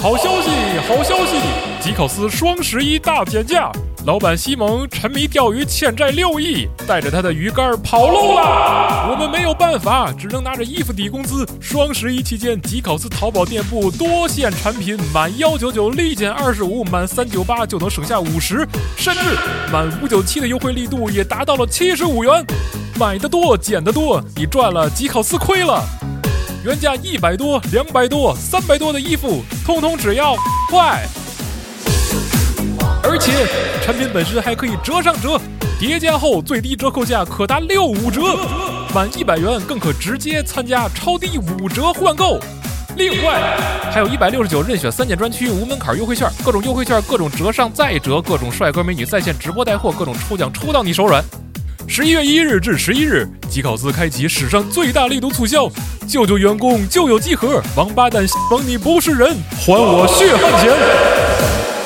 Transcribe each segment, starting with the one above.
好消息，好消息！吉考斯双十一大减价，老板西蒙沉迷钓鱼，欠债六亿，带着他的鱼竿跑路啦！我们没有办法，只能拿着衣服抵工资。双十一期间，吉考斯淘宝店铺多线产品满幺九九立减二十五，满三九八就能省下五十，甚至满五九七的优惠力度也达到了七十五元。买的多，减的多，你赚了，吉考斯亏了。原价一百多、两百多、三百多的衣服，通通只要快！而且产品本身还可以折上折，叠加后最低折扣价可达六五折，满一百元更可直接参加超低五折换购。另外，还有一百六十九任选三件专区无门槛优惠券，各种优惠券，各种折上再折，各种帅哥美女在线直播带货，各种抽奖抽到你手软。十一月一日至十一日，吉考斯开启史上最大力度促销，救救员工，救救集合，王八蛋，蒙你不是人，还我血汗钱！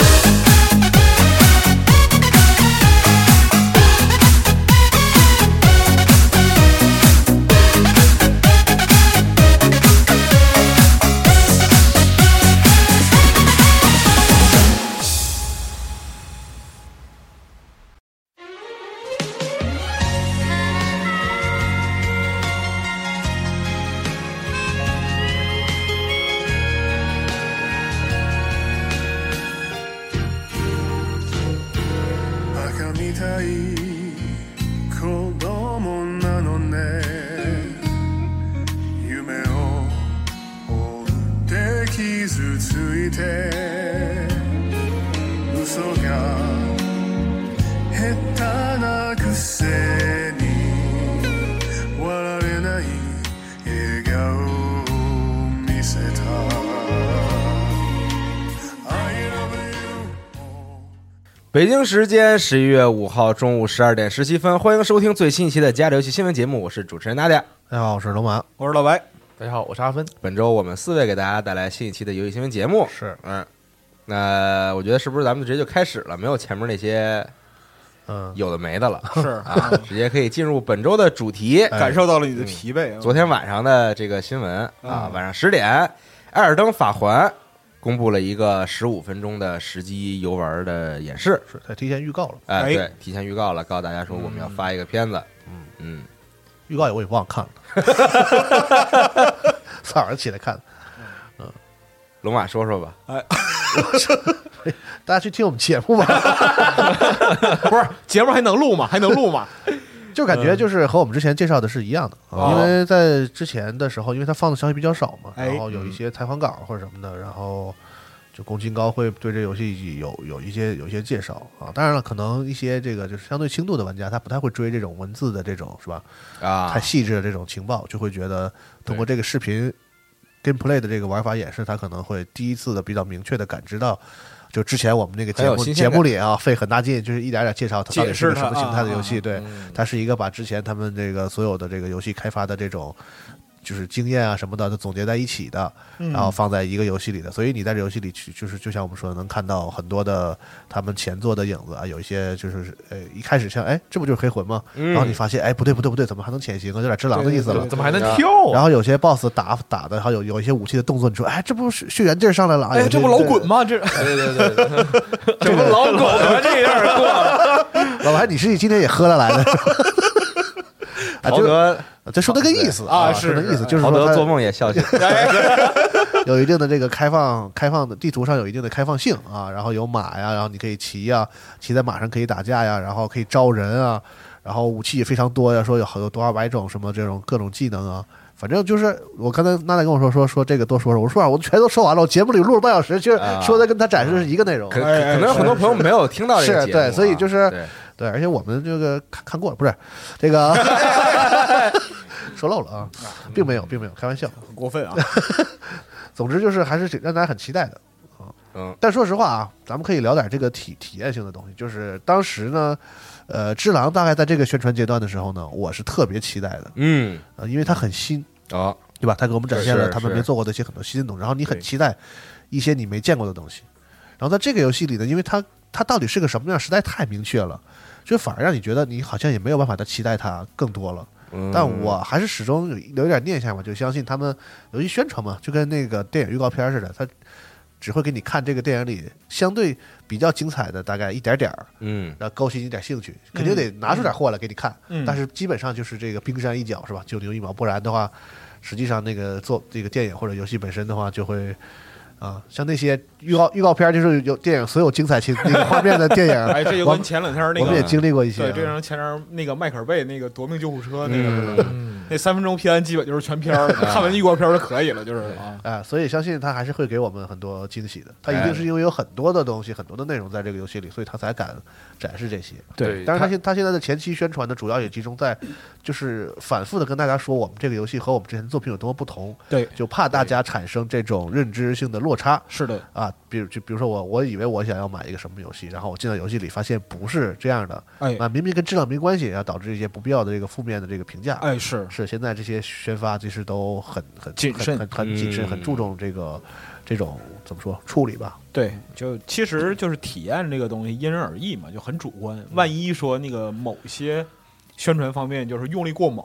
バカみたい子供なのね夢を追って傷ついて嘘が下手なくせに笑えない笑顔を見せた I love you 北京时间十一月五号中午十二点十七分，欢迎收听最新一期的《加里游戏新闻节目》，我是主持人娜姐。大家好，我是龙马。我是老白，大家好，我是阿芬。本周我们四位给大家带来新一期的游戏新闻节目，是，嗯，那我觉得是不是咱们直接就开始了，没有前面那些嗯，有的没的了是啊，直接可以进入本周的主题。嗯哎感受到了你的疲惫啊。嗯昨天晚上的这个新闻啊，晚上十点，《艾尔登法环》公布了一个十五分钟的实机游玩的演示，是他提前预告了，哎，哎对，提前预告了，告诉大家说我们要发一个片子，嗯嗯，预告也我也忘看了， 早上起来看的。龙马说说吧，大家去听我们节目 吧，不是节目还能录吗？还能录吗？就感觉就是和我们之前介绍的是一样的，嗯哦因为在之前的时候，因为他放的消息比较少嘛，哎然后有一些采访稿或者什么的，然后就宫崎高会对这游戏有有一些有一些介绍啊。当然了，可能一些这个就是相对轻度的玩家，他不太会追这种文字的这种是吧？啊太，细致的这种情报，就会觉得通过这个视频 gameplay 的这个玩法演示，他可能会第一次的比较明确的感知到，就之前我们那个很节有目新节鲜感目里啊费很大劲，就是一点点介绍它到底是个解释它什么形态的啊游戏，啊对，嗯它是一个把之前他们这个所有的这个游戏开发的这种。就是经验啊什么的都总结在一起的，然后放在一个游戏里的，所以你在这游戏里去，就是就像我们说的，能看到很多的他们前作的影子啊，有一些就是呃一开始像哎这不就是黑魂吗？然后你发现哎不对不对不对，怎么还能潜行啊？有点只狼的意思了。怎么还能对跳然啊？后有些 boss 打打的，还有有一些武器的动作，你说哎这不是血缘劲儿上来了？哎呀，有这些不老滚？吗？这对对对对，这不老狗 吗？这有点过了，对老白，你是今天也喝了来的？ 啊，陶这德这说的个意思啊说是的意思，就是陶说德他做梦也笑醒， 有一定的这个开放开放的地图上有一定的开放性啊，然后有马呀，然后你可以骑呀，骑在马上可以打架呀，然后可以招人啊，然后武器也非常多呀，说有好多多少百种什么这种各种技能啊。反正就是我刚才娜娜跟我说说说这个多说说，我说啊，我全都说完了，我节目里录了半小时，其实啊说的跟他展示是一个内容。可可哎哎可能有很多朋友没有听到这个是节目啊，对所以就是对对，而且我们这个看看过了，不是这个 说漏了啊，并没有，并没有，开玩笑。很过分啊！总之就是还是挺让大家很期待的啊。 嗯，但说实话啊，咱们可以聊点这个体体验性的东西。就是当时呢，呃，只狼大概在这个宣传阶段的时候呢，我是特别期待的，嗯，呃，因为它很新，哦，对吧？它给我们展现了是他们是没做过的一些很多新的东西，然后你很对期待一些你没见过的东西。然后在这个游戏里呢，因为它它到底是个什么样，实在太明确了，就反而让你觉得你好像也没有办法再期待它更多了。嗯但我还是始终有有点念想嘛，就相信他们，尤其宣传嘛，就跟那个电影预告片似的，他只会给你看这个电影里相对比较精彩的大概一点点儿，嗯，然后勾起你点兴趣，肯定得拿出点货来给你看。嗯但是基本上就是这个冰山一角，是吧？九牛一毛，不然的话，实际上那个做这个电影或者游戏本身的话，就会啊，像那些预告预告片，就是有电影所有精彩情那个画面的电影， 哎，这就我跟们前两天那我们也个。经历过一些、对，啊。这让前两天那个迈克尔贝那个《夺命救护车》那个似的，嗯，那三分钟片基本就是全片儿， 看完预告片儿就可以了，就是啊，啊，所以相信他还是会给我们很多惊喜的。他一哎定是因为有很多的东西、很多的内容在这个游戏里，所以他才敢展示这些。 对但是他现他现在的前期宣传呢，主要也集中在就是反复的跟大家说我们这个游戏和我们之前的作品有多么不同，对，就怕大家产生这种认知性的落差是的，啊。比如就比如说我我以为我想要买一个什么游戏，然后我进到游戏里发现不是这样的哎啊，明明跟质量没关系，啊，导致一些不必要的这个负面的这个评价。哎是，是现在这些宣发其实都很很谨慎很很很谨嗯慎，很注重这个这种怎么说处理吧？对，就其实就是体验这个东西因人而异嘛，就很主观。万一说那个某些宣传方面就是用力过猛，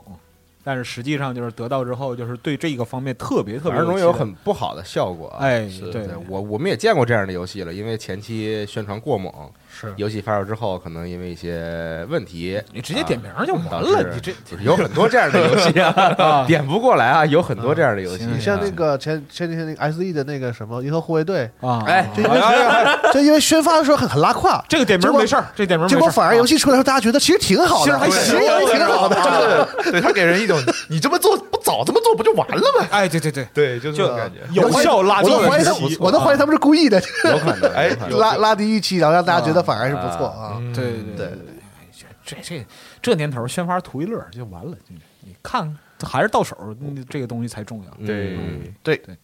但是实际上就是得到之后就是对这个方面特别特反别正容易有有期待很不好的效果啊。哎是对我我们也见过这样的游戏了，因为前期宣传过猛，是游戏发售之后，可能因为一些问题，你直接点名就完导了，致你这就是有很多这样的游戏啊，点不过来啊，有很多这样的游戏。行你像那个前前几天那个 S E 的那个什么银河护卫队，啊，哎，就因为就因为宣发的时候很很拉胯， 这个点名没事儿，这点名没结事果儿，啊反而游戏出来的时候大家觉得其实挺好的，其实还行也挺好的。对，对他给人一种你这么做不早这么做不就完了吗？哎对对对，对，就这就种感觉。有效拉我近都怀疑他距离，我都怀疑他们是故意的，有可能，哎有可能 拉拉低预期，然后让大家觉得反而是不错啊。啊对对对对，哎这这这这年头宣发图一乐就完了，就你看看还是到手嗯这个东西才重要。对嗯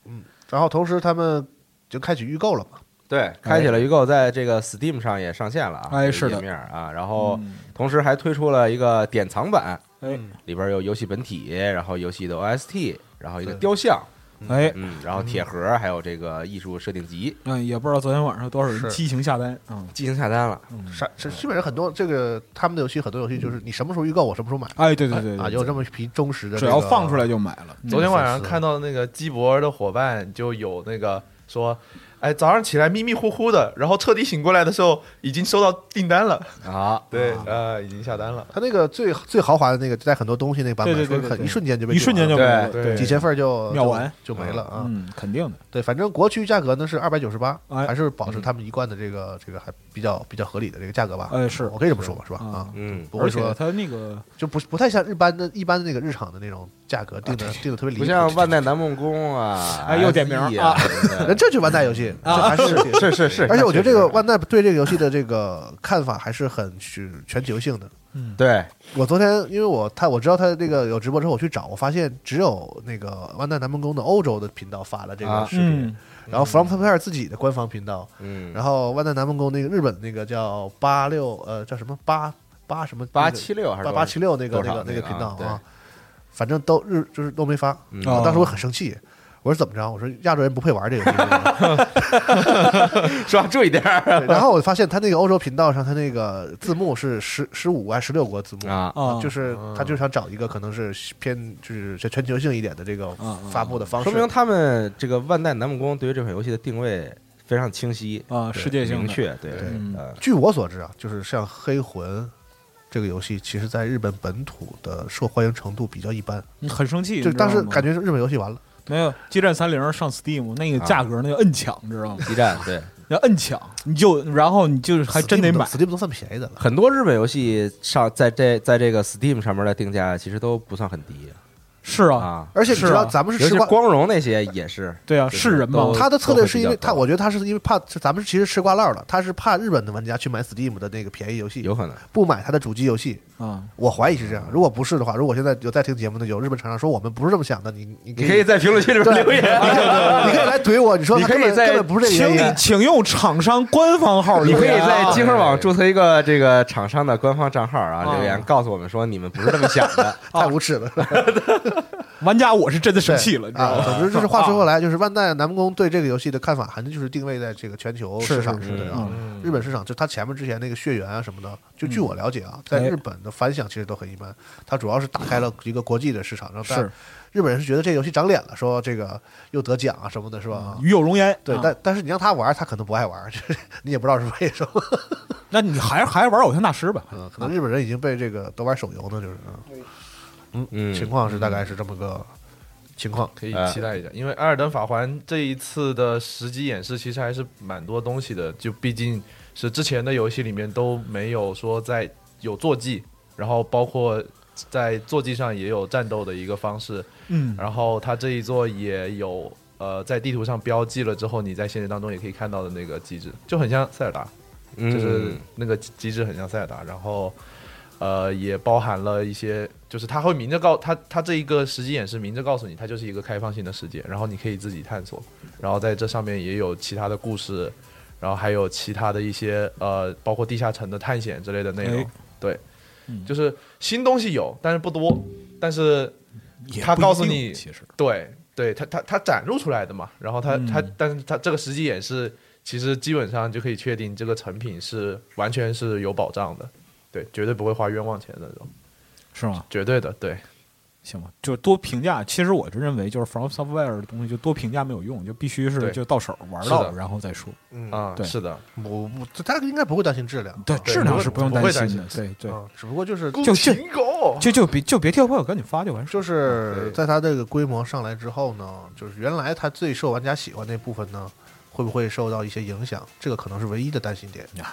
然后同时他们就开启预购了嘛，对，开启了预购，在这个 Steam 上也上线了啊，哎这个是的页面啊，然哦后嗯同时还推出了一个典藏版，哎里边有游戏本体，然后游戏的 OST，然后一个雕像，哎，嗯，然后铁盒，还有这个艺术设定集，嗯，也不知道昨天晚上有多少人激情下单啊！进行下单了，啥是基本上很多这个他们的游戏很多游戏就是你什么时候预购我什么时候买。哎，对对对啊，有这么一批忠实的、嗯只要放出，来就买了。昨天晚上看到那个鸡脖的伙伴就有那个说。哎，早上起来迷迷糊糊的，然后彻底醒过来的时候，已经收到订单了。啊， 对，呃，已经下单了。它那个最最豪华的那个，在很多东西那个版本，对对对说对对很一瞬间就被一瞬间就丢没完了了，对对对几千份儿就秒完就就没了啊。嗯，肯定的，对，反正国区价格呢是二百九十八，哎还是保持他们一贯的这个这个还比较比较合理的这个价格吧。哎是我可以这么说吧，是吧？啊啊，嗯，不而会且说它那个就不不太像日般的一般的那个日常的那种价啊格定的定的特别离谱，不像万代南梦宫啊，哎又点名 SE 啊啊，什么那的啊这就是万代游戏， 这嗯还是是是是， 而且我觉得这确个实万代对这个游戏的这个看法还是很是全球性的。对我昨天因为我他我知道他这个有直播之后，我去找，我发现只有那个万代南梦宫的欧洲的频道发了这个啊视频，嗯然后 From Software 自己的官方频道，嗯，然后万代南梦宫那个日本那个叫八六呃叫什么八八什么八七六还是八八七六那多个那少个那个那个频道啊对啊，反正都日就是都没发，嗯我啊当时我很生气。我说怎么着？我说亚洲人不配玩这个游戏， 说注意点儿对然后我发现他那个欧洲频道上，他那个字幕是十十五还十六国字幕，啊，啊，就是他就想找一个可能是偏就是全球性一点的这个嗯啊啊发布的方式说。明他们这个万代南梦宫对于这款游戏的定位非常清晰啊对世界性的明确，对对嗯呃据我所知啊，就是像《黑魂》这个游戏，其实在日本本土的受欢迎程度比较一般，你很生气，嗯就你知道当吗时感觉啊是日本游戏完了。没有《激战三零》上 Steam 那个价格，那个摁抢，知道吗？激战对。要摁抢，你就然后你就是还真得买 Steam 都算便宜的了。很多日本游戏上在这在这个 Steam 上面的定价其实都不算很低是啊，啊，而且你知是道，啊咱们尤其是吃是瓜，光荣那些也是，对啊，就是人嘛都，他的策略是因都为会比较他，高我觉得他是因为怕，是咱们其实吃瓜烂了，他是怕日本的玩家去买 Steam 的那个便宜游戏有，可能不买他的主机游戏。啊，我怀疑是这样。如果不是的话，如果现在有在听节目的有日本厂商说我们不是这么想的，你你可你可以在评论区里面留 言，你可以来怼我，你说你他可以根本在根本不是这个请原你因。啊请用厂商官方号你留可以言啊，在集合网注册一个这个厂商的官方账号啊，啊留言告诉我们说你们不是这么想的。太无耻了，玩家我是真的 生气了，你知道啊，吗？总之就是话说回来，来，就是万代南梦宫对这个游戏的看法，还是就是定位在这个全球是市场是之内 是啊。日本市场就它前面之前那个血缘啊什么的，就据我了解啊，在哎日本的反响其实都很一般。它主要是打开了一个国际的市场，让大是日本人是觉得这游戏长脸了，说这个又得奖啊什么的，是吧？啊与有容焉。对啊，但但是你让他玩，他可能不爱玩，就是你也不知道是为什么。那你还还是玩偶像大师吧。嗯，可能日本人已经被这个都玩手游呢，就是嗯嗯情况是大概是这么个情况。可以期待一下，因为《艾尔登法环》这一次的实际演示其实还是蛮多东西的，就毕竟是之前的游戏里面都没有说在有坐骑，然后包括在坐骑上也有战斗的一个方式，嗯，然后它这一座也有呃在地图上标记了之后，你在现实当中也可以看到的那个机制，就很像塞尔达，就嗯就是那个机机制很像塞尔达，然后呃也包含了一些，就是它会明着告它它这一个实际演示明着告诉你，它就是一个开放性的世界，然后你可以自己探索，然后在这上面也有其他的故事，然后还有其他的一些呃包括地下城的探险之类的内容，哎对嗯，就是新东西有，但是不多，但是也他不一告诉定你其实对对，它它它展露出来的嘛，然后它它，但是它这个实际演示，其实基本上就可以确定这个成品是完全是有保障的，对，绝对不会花冤枉钱的那种，是吗？绝对的，对，行吧，就多评价。其实我就认为，就是 From Software 的东西就多评价没有用，就必须是对就到手玩是到的然后再说。啊、对是的，嗯我不，他应该不会担心质量，对，啊质量不是会不用不会心担的。对对，啊，只不过就是就这情狗，就就别就别跳票，赶紧发就完事。就是对在它这个规模上来之后呢，就是原来它最受玩家喜欢那部分呢，会不会受到一些影响？这个可能是唯一的担心点呀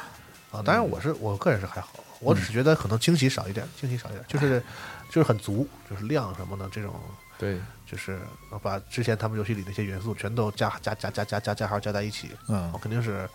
啊。当然，我是我个人是还好，我只是觉得可能惊喜少一点，惊喜少一点，就是就是很足，就是量什么的这种。对，就是把之前他们游戏里那些元素全都加加加加加加加号加在一起，哦嗯肯定是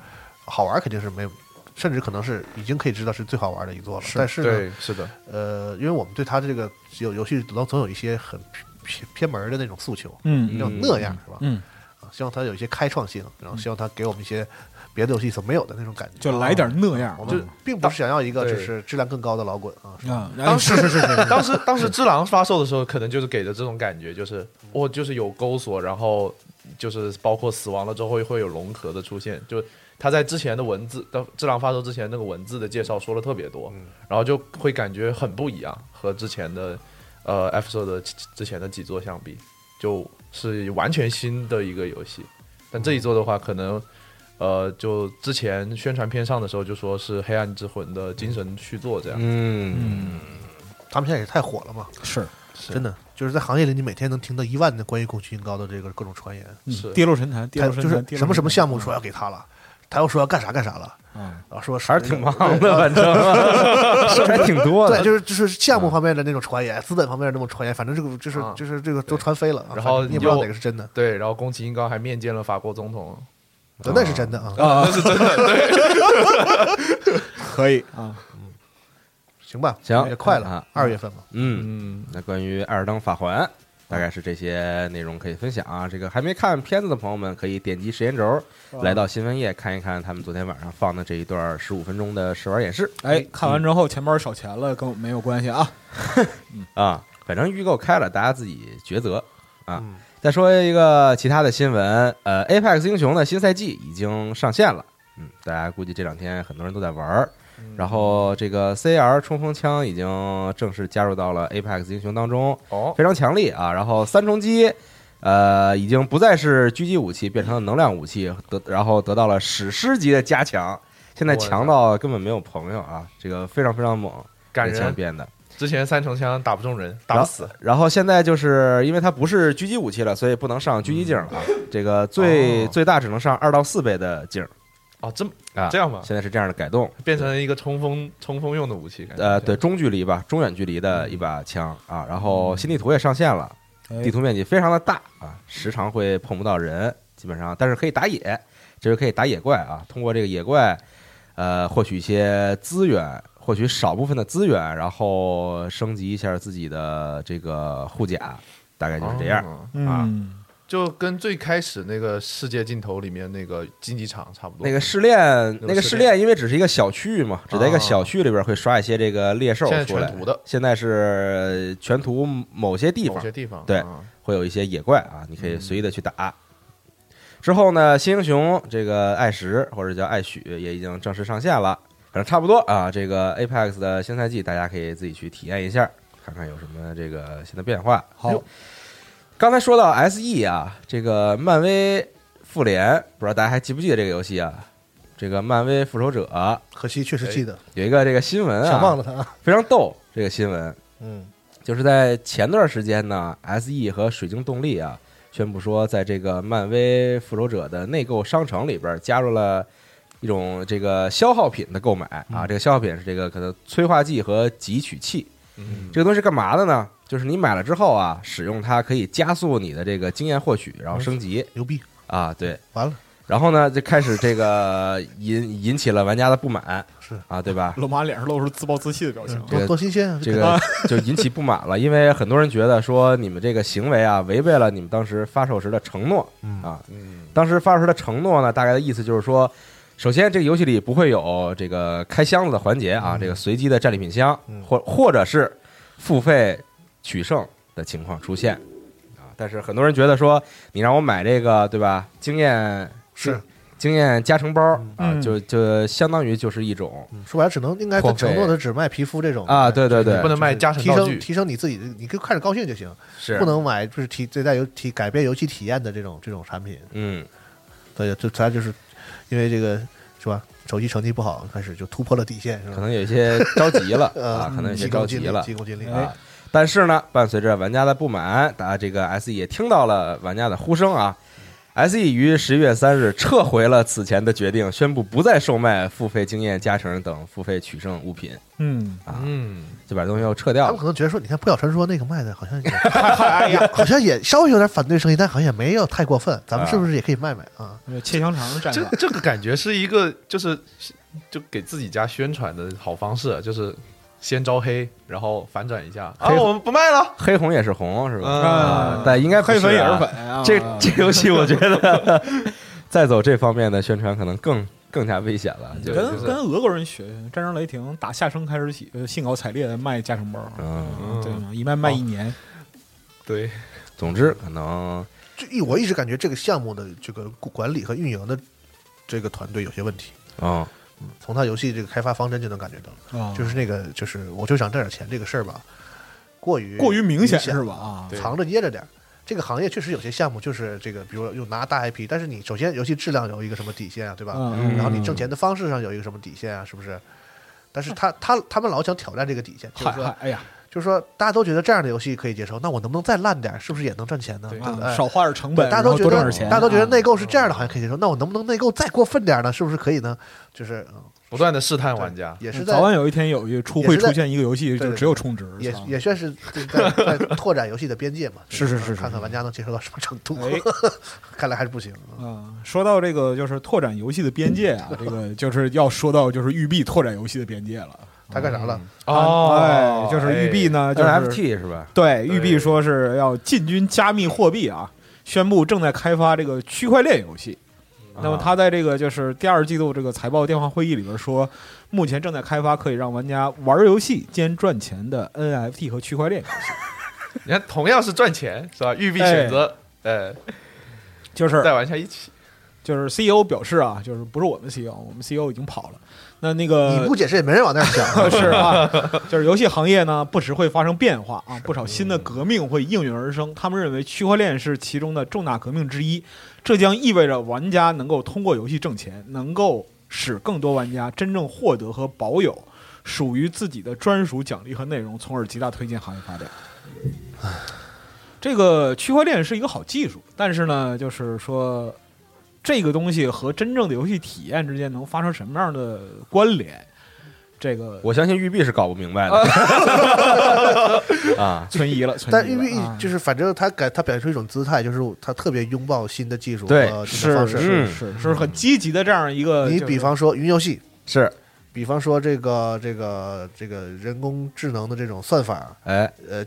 好玩，肯定是没有，甚至可能是已经可以知道是最好玩的一座了。但是呢，对，是的，呃，因为我们对它这个有游戏总总有一些很偏偏门的那种诉求，嗯要那样是吧？嗯，啊希望它有一些开创性，然后希望它给我们一些别的游戏所没有的那种感觉。就来点那样啊我就们并不是想要一个对就是质量更高的老滚啊，是吧啊，哎是是是是，当时当时只狼发售的时候，可能就是给的这种感觉，就是哦，就是有钩索，然后就是包括死亡了之后会会有融合的出现，就他在之前的文字，当只狼发售之前那个文字的介绍说了特别多，然后就会感觉很不一样，和之前的呃 F 社的之前的几座相比，就是完全新的一个游戏。但这一座的话，可能呃，就之前宣传片上的时候就说是《黑暗之魂》的精神续作这样，嗯他们现在也太火了嘛，是真的就是在行业里你每天能听到一万的关于宫崎英高的这个各种传言，嗯是跌落神坛，跌他落神就坛是，什么什么项目说说要给他了，他又说要干啥干啥了，啊，然后说嗯还是挺忙的，反正 事儿还挺多对，的。嗯就是就是项目方面的那种传言，资本方面的那种传言，反正这个就是啊就是这个都对传飞了啊，然后反正你也不知道又哪个是真的，对，然后宫崎英高还面见了法国总统，嗯对那是真的啊。那是真的。可以啊，行吧，行也快啊了，二月份嘛，嗯，嗯，那关于《艾尔登法环》，大概是这些内容可以分享啊。这个还没看片子的朋友们，可以点击时间轴来到新闻页看一看他们昨天晚上放的这一段十五分钟的试玩演示哎，看完之后钱包少钱了跟我没有关系啊，啊。反正预购开了，大家自己抉择啊嗯。再说一个其他的新闻，呃，Apex 英雄的新赛季已经上线了，嗯，大家估计这两天很多人都在玩儿。然后这个 CR 冲锋枪已经正式加入到了 Apex 英雄当中，哦，非常强力啊。然后三重击，呃，已经不再是狙击武器，变成了能量武器，得然后得到了史诗级的加强，现在强到根本没有朋友啊，这个非常非常猛，感这枪人。变的。之前三重枪打不中人，打不死。然后现在就是因为它不是狙击武器了，所以不能上狙击镜了，啊这个最、嗯哦最大只能上二到四倍的镜哦，这么啊。这样吗？现在是这样的改动，变成了一个冲锋冲锋用的武器，感觉呃，对，中距离吧，中远距离的一把枪啊。然后嗯新地图也上线了，哎地图面积非常的大啊，时常会碰不到人，基本上，但是可以打野，这回可以打野怪啊，通过这个野怪，呃，获取一些资源，获取少部分的资源，然后升级一下自己的这个护甲，大概就是这样。哦啊嗯，就跟最开始那个世界尽头里面那个竞技场差不多。那个试炼，那个那个试试炼炼，因为只是一个小区域嘛，只在一个啊小区里边会刷一些这个猎兽现在出来全。图的现在是全图某些地某方些地方，对啊会有一些野怪啊，你可以随意的去打。之后呢，新英雄这个艾什或者叫艾许也已经正式上线了，反正差不多啊。这个 Apex 的新赛季，大家可以自己去体验一下，看看有什么这个新的变化。好哎呦，刚才说到 SE 啊，这个漫威复联，不知道大家还记不记得这个游戏啊？这个漫威复仇者可惜确实记得，有一个这个新闻全忘啊，了他啊。非常逗这个新闻，嗯，就是在前段时间呢，SE 和水晶动力啊宣布说，在这个漫威复仇者的内购商城里边加入了一种这个消耗品的购买嗯啊，这个消耗品是这个可能催化剂和汲取器，嗯，这个东西是干嘛的呢？就是你买了之后啊，使用它可以加速你的这个经验获嗯取，然后升级牛逼，啊，对，完了，然后呢就开始这个引引起了玩家的不满，是啊，对吧？罗马脸上露出自暴自弃的表情。这多个多新 鲜啊！这个 就引起不满了，因为很多人觉得说你们这个行为啊，违背了你们当时发售时的承诺嗯啊。当时发售时的承诺呢，大概的意思就是说，首先这个游戏里不会有这个开箱子的环节啊，这个随机的战利品箱，嗯或或者是付费取胜的情况出现啊。但是很多人觉得说，你让我买这个对吧？经验是经验加成包啊，嗯就就相当于就是一种嗯说白了，只能应该跟承诺的只卖皮肤这种啊，对对对不，能卖加成提道升具，嗯提升你自己的，你就看着高兴就行，是不能买就是提这代游体改变游戏体验的这种这种产品。嗯。对，就他就是因为这个是吧？手机成绩不好，开始就突破了底线，是可吧？能有一些着急 了呃啊，可能有些急着功急近了利，急功近利哎啊。但是呢，伴随着玩家的不满，大家这个 S E 也听到了玩家的呼声啊。S E 于十一月三日撤回了此前的决定，宣布不再售卖付费经验加成等付费取胜物品，嗯，嗯，就把这东西又撤他掉们了。可能觉得说，你看《不老传说》那个卖的好 像也，哎呀，好像也稍微有点反对声音，但好像也没有太过啊分。咱们是不是也可以卖卖啊？切香肠的战这法，这个感觉是一个就是就给自己家宣传的好方式，啊就是先招黑，然后反转一下啊，黑我们不卖了，黑红也是红，是吧？啊但应该不黑粉也啊是粉啊。这这游戏，我觉得再走这方面的宣传，可能更更加危险了。就跟就是跟俄国人学，学，战争雷霆打下生开始起，呃兴高采烈的卖加成包，嗯，对吗？一卖卖一年，对，总之可能这一我一直感觉这个项目的这个管理和运营的这个团队有些问题，嗯从他游戏这个开发方针就能感觉到，啊就是那个就是我就想挣点钱这个事儿吧，过于过于明显显是吧？啊，对藏着掖着点儿。这个行业确实有些项目就是这个，比如用拿大 IP，但是你首先游戏质量有一个什么底线啊，对吧？嗯然后你挣钱的方式上有一个什么底线啊，是不是？但是他他他们老想挑战这个底线，就是嗨嗨说，哎呀，就是说大家都觉得这样的游戏可以接受，那我能不能再烂点儿？是不是也能挣钱呢？对不啊少花点成哎对，本，大家然都后觉多得挣点钱，大家都觉得啊内购是这样的，好像可以接受。那我能不能内购再过分点儿呢？是不是可以呢？就是嗯不断的试探玩家，也是嗯早在晚有一天有一出也会是在出现一个游戏，对就对只有充值，也操也算 是在在在拓展游戏的边界嘛。是是是是看看玩家能接受到什么程度。哎 看来还是不行。啊，说到这个就是拓展游戏的边界 啊，这个就是要说到就是育碧拓展游戏的边界了。他干啥了？哦，哎，就是育碧呢，呢，就是 NFT 是吧？对育碧对说是要进军加密货币啊，宣布正在开发这个区块链游戏。啊那么他在这个就是第二季度这个财报电话会议里边说，目前正在开发可以让玩家玩游戏兼赚钱的 NFT 和区块链游戏，哎你看同样是赚钱是吧？育碧选择呃就是带玩家一起，就是 CEO 表示啊，就是不是我们 CEO，我们 CEO 已经跑了。那那个你不解释也没人往那儿 想。是啊， 就是游戏行业呢，不时会发生变化啊，不少新的革命会应运而生。他们认为区块链是其中的重大革命之一，这将意味着玩家能够通过游戏挣钱，能够使更多玩家真正获得和保有属于自己的专属奖励和内容，从而极大推进行业发展。这个区块链是一个好技术，但是呢，就是说这个东西和真正的游戏体验之间能发生什么样的关联？这个我相信玉碧是搞不明白的啊，存疑了，存疑了。但育碧啊就是，反正他感他表现出一种姿态，就是他特别拥抱新的技术对和新的是方是式。是嗯是是很积极的这样一个。你就是比方说云游戏，是比方说这个这个这个人工智能的这种算法，哎呃，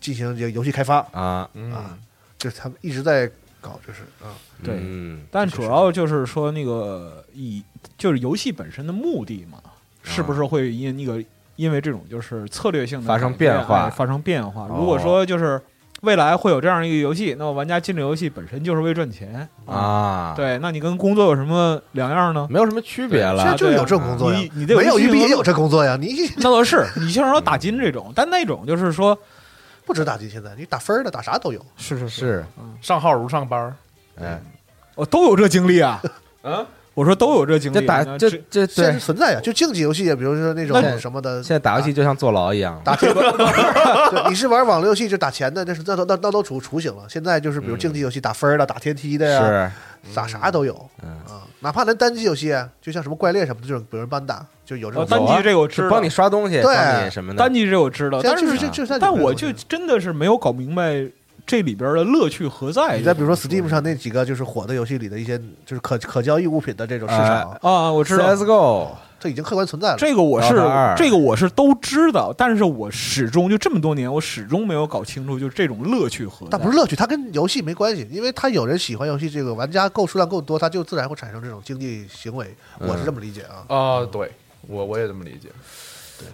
进行这个游戏开发啊，嗯啊，就是他们一直在搞，这是啊，对嗯但主要就是说那个以就是游戏本身的目的嘛，是不是会因那个因为这种就是策略性的啊发生改变变化哎发生变化？哦如果说就是未来会有这样一个游戏，那么玩家进这游戏本身就是为赚钱，啊，，对，那你跟工作有什么两样呢？ 没有什么区别现在了。就有这种工作呀你，你这没有游戏育碧也能有这工作呀，你那倒是，你像说打金这种，但那种就是说，不止打击，现在你打分儿的打啥都有，是是，是，上号如上班儿，哎，我哦都有这经历啊，嗯，我说都有嗯这经历，这打那这这现实对，存在呀。就竞技游戏，比如说那种哦那什么的现，在打游戏就像坐牢一样，打铁板，对你是玩网络游戏就打钱的，那是那都那那都雏雏形了。现在就是比如竞技游戏打分儿的、打天梯的呀，是打啥都有嗯啊，哪怕连单机游戏，啊就像什么怪猎什么的，这种有人帮打，就有这哦种单有啊机这个我知是道，帮你刷东西，对帮你什么的单。机这我知道，现在但就是是就就像你但说的我就真的是没有搞明白这里边的乐趣何在。你再比如说 Steam 上那几个就是火的游戏里的一些就是可可交易物品的这种市场，啊，我知道 CS:GO 这已经客观存在了。这个我是老大二这个我是都知道，但是我始终就这么多年，我始终没有搞清楚就是这种乐趣何在。但不是乐趣，它跟游戏没关系，因为它有人喜欢游戏，这个玩家够数量够多，它就自然会产生这种经济行为，我嗯是这么理解啊。啊，对我我也这么理解，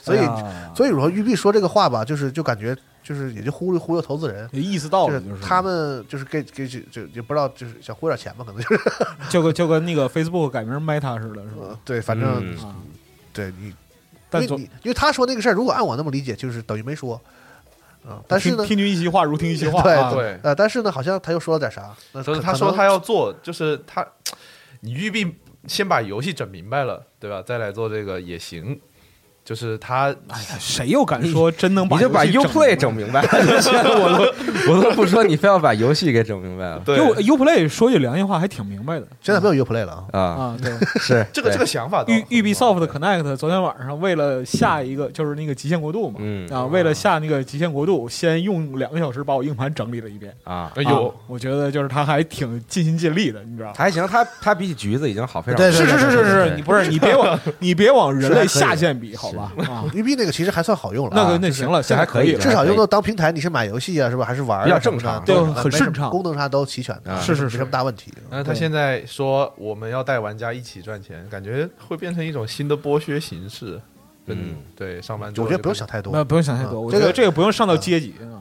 所以哎，呀所以说育碧说这个话吧，就是就感觉就是也就忽悠忽悠投资人，有意识到就了，是就是他们就是给给就就也不知道就是想忽悠点钱吧，可能就是就跟就跟那个 Facebook 改名 Meta 似的，是吧？呃 对，反正嗯啊，对你，但因为总你因为他说那个事儿，如果按我那么理解，就是等于没说，啊，但是听呢，听君一席话，如听一席话。对啊对，呃，但是呢，好像他又说了点啥，那就是可他说可能他要做，就是他，你育碧先把游戏整明白了，对吧？再来做这个也行。就是他，哎谁又敢说真能把你就把游戏整 Uplay 明整明白了，我都我都不说，你非要把游戏给整明白了对白 U Uplay 说句良心话，还挺明白的现在没有 Uplay 了啊，啊，啊。对，是这个对这个想法哦倒很育好，育碧 Soft 对 Connect 昨天晚上为了下一个就是那个《极限国度》嘛，嗯啊，为了下那个《极限国度》，先用两个小时把我硬盘整理了一遍。啊，哎有啊，我觉得就是他还挺尽心尽力的，你知道吗？还行，他他比起橘子已经好非常对多。对是是是是对对是，你不是你别往 你别往人类下限比，好是吧？啊，育碧那个其实还算好用了啊，那个那就是行了，现在还可以了这至少用作当平台，你是买游戏啊，是吧？还是玩儿啊比较正什么的常对都很没什么顺畅功能上都齐全的，啊是是没是什么大问题。那他对现在说我们要带玩家一起赚钱，感觉会变成一种新的剥削形式。嗯嗯，对，上班之我后觉得就不用看想太那多，不用想太多，啊我这觉个得这个不用上到阶级，啊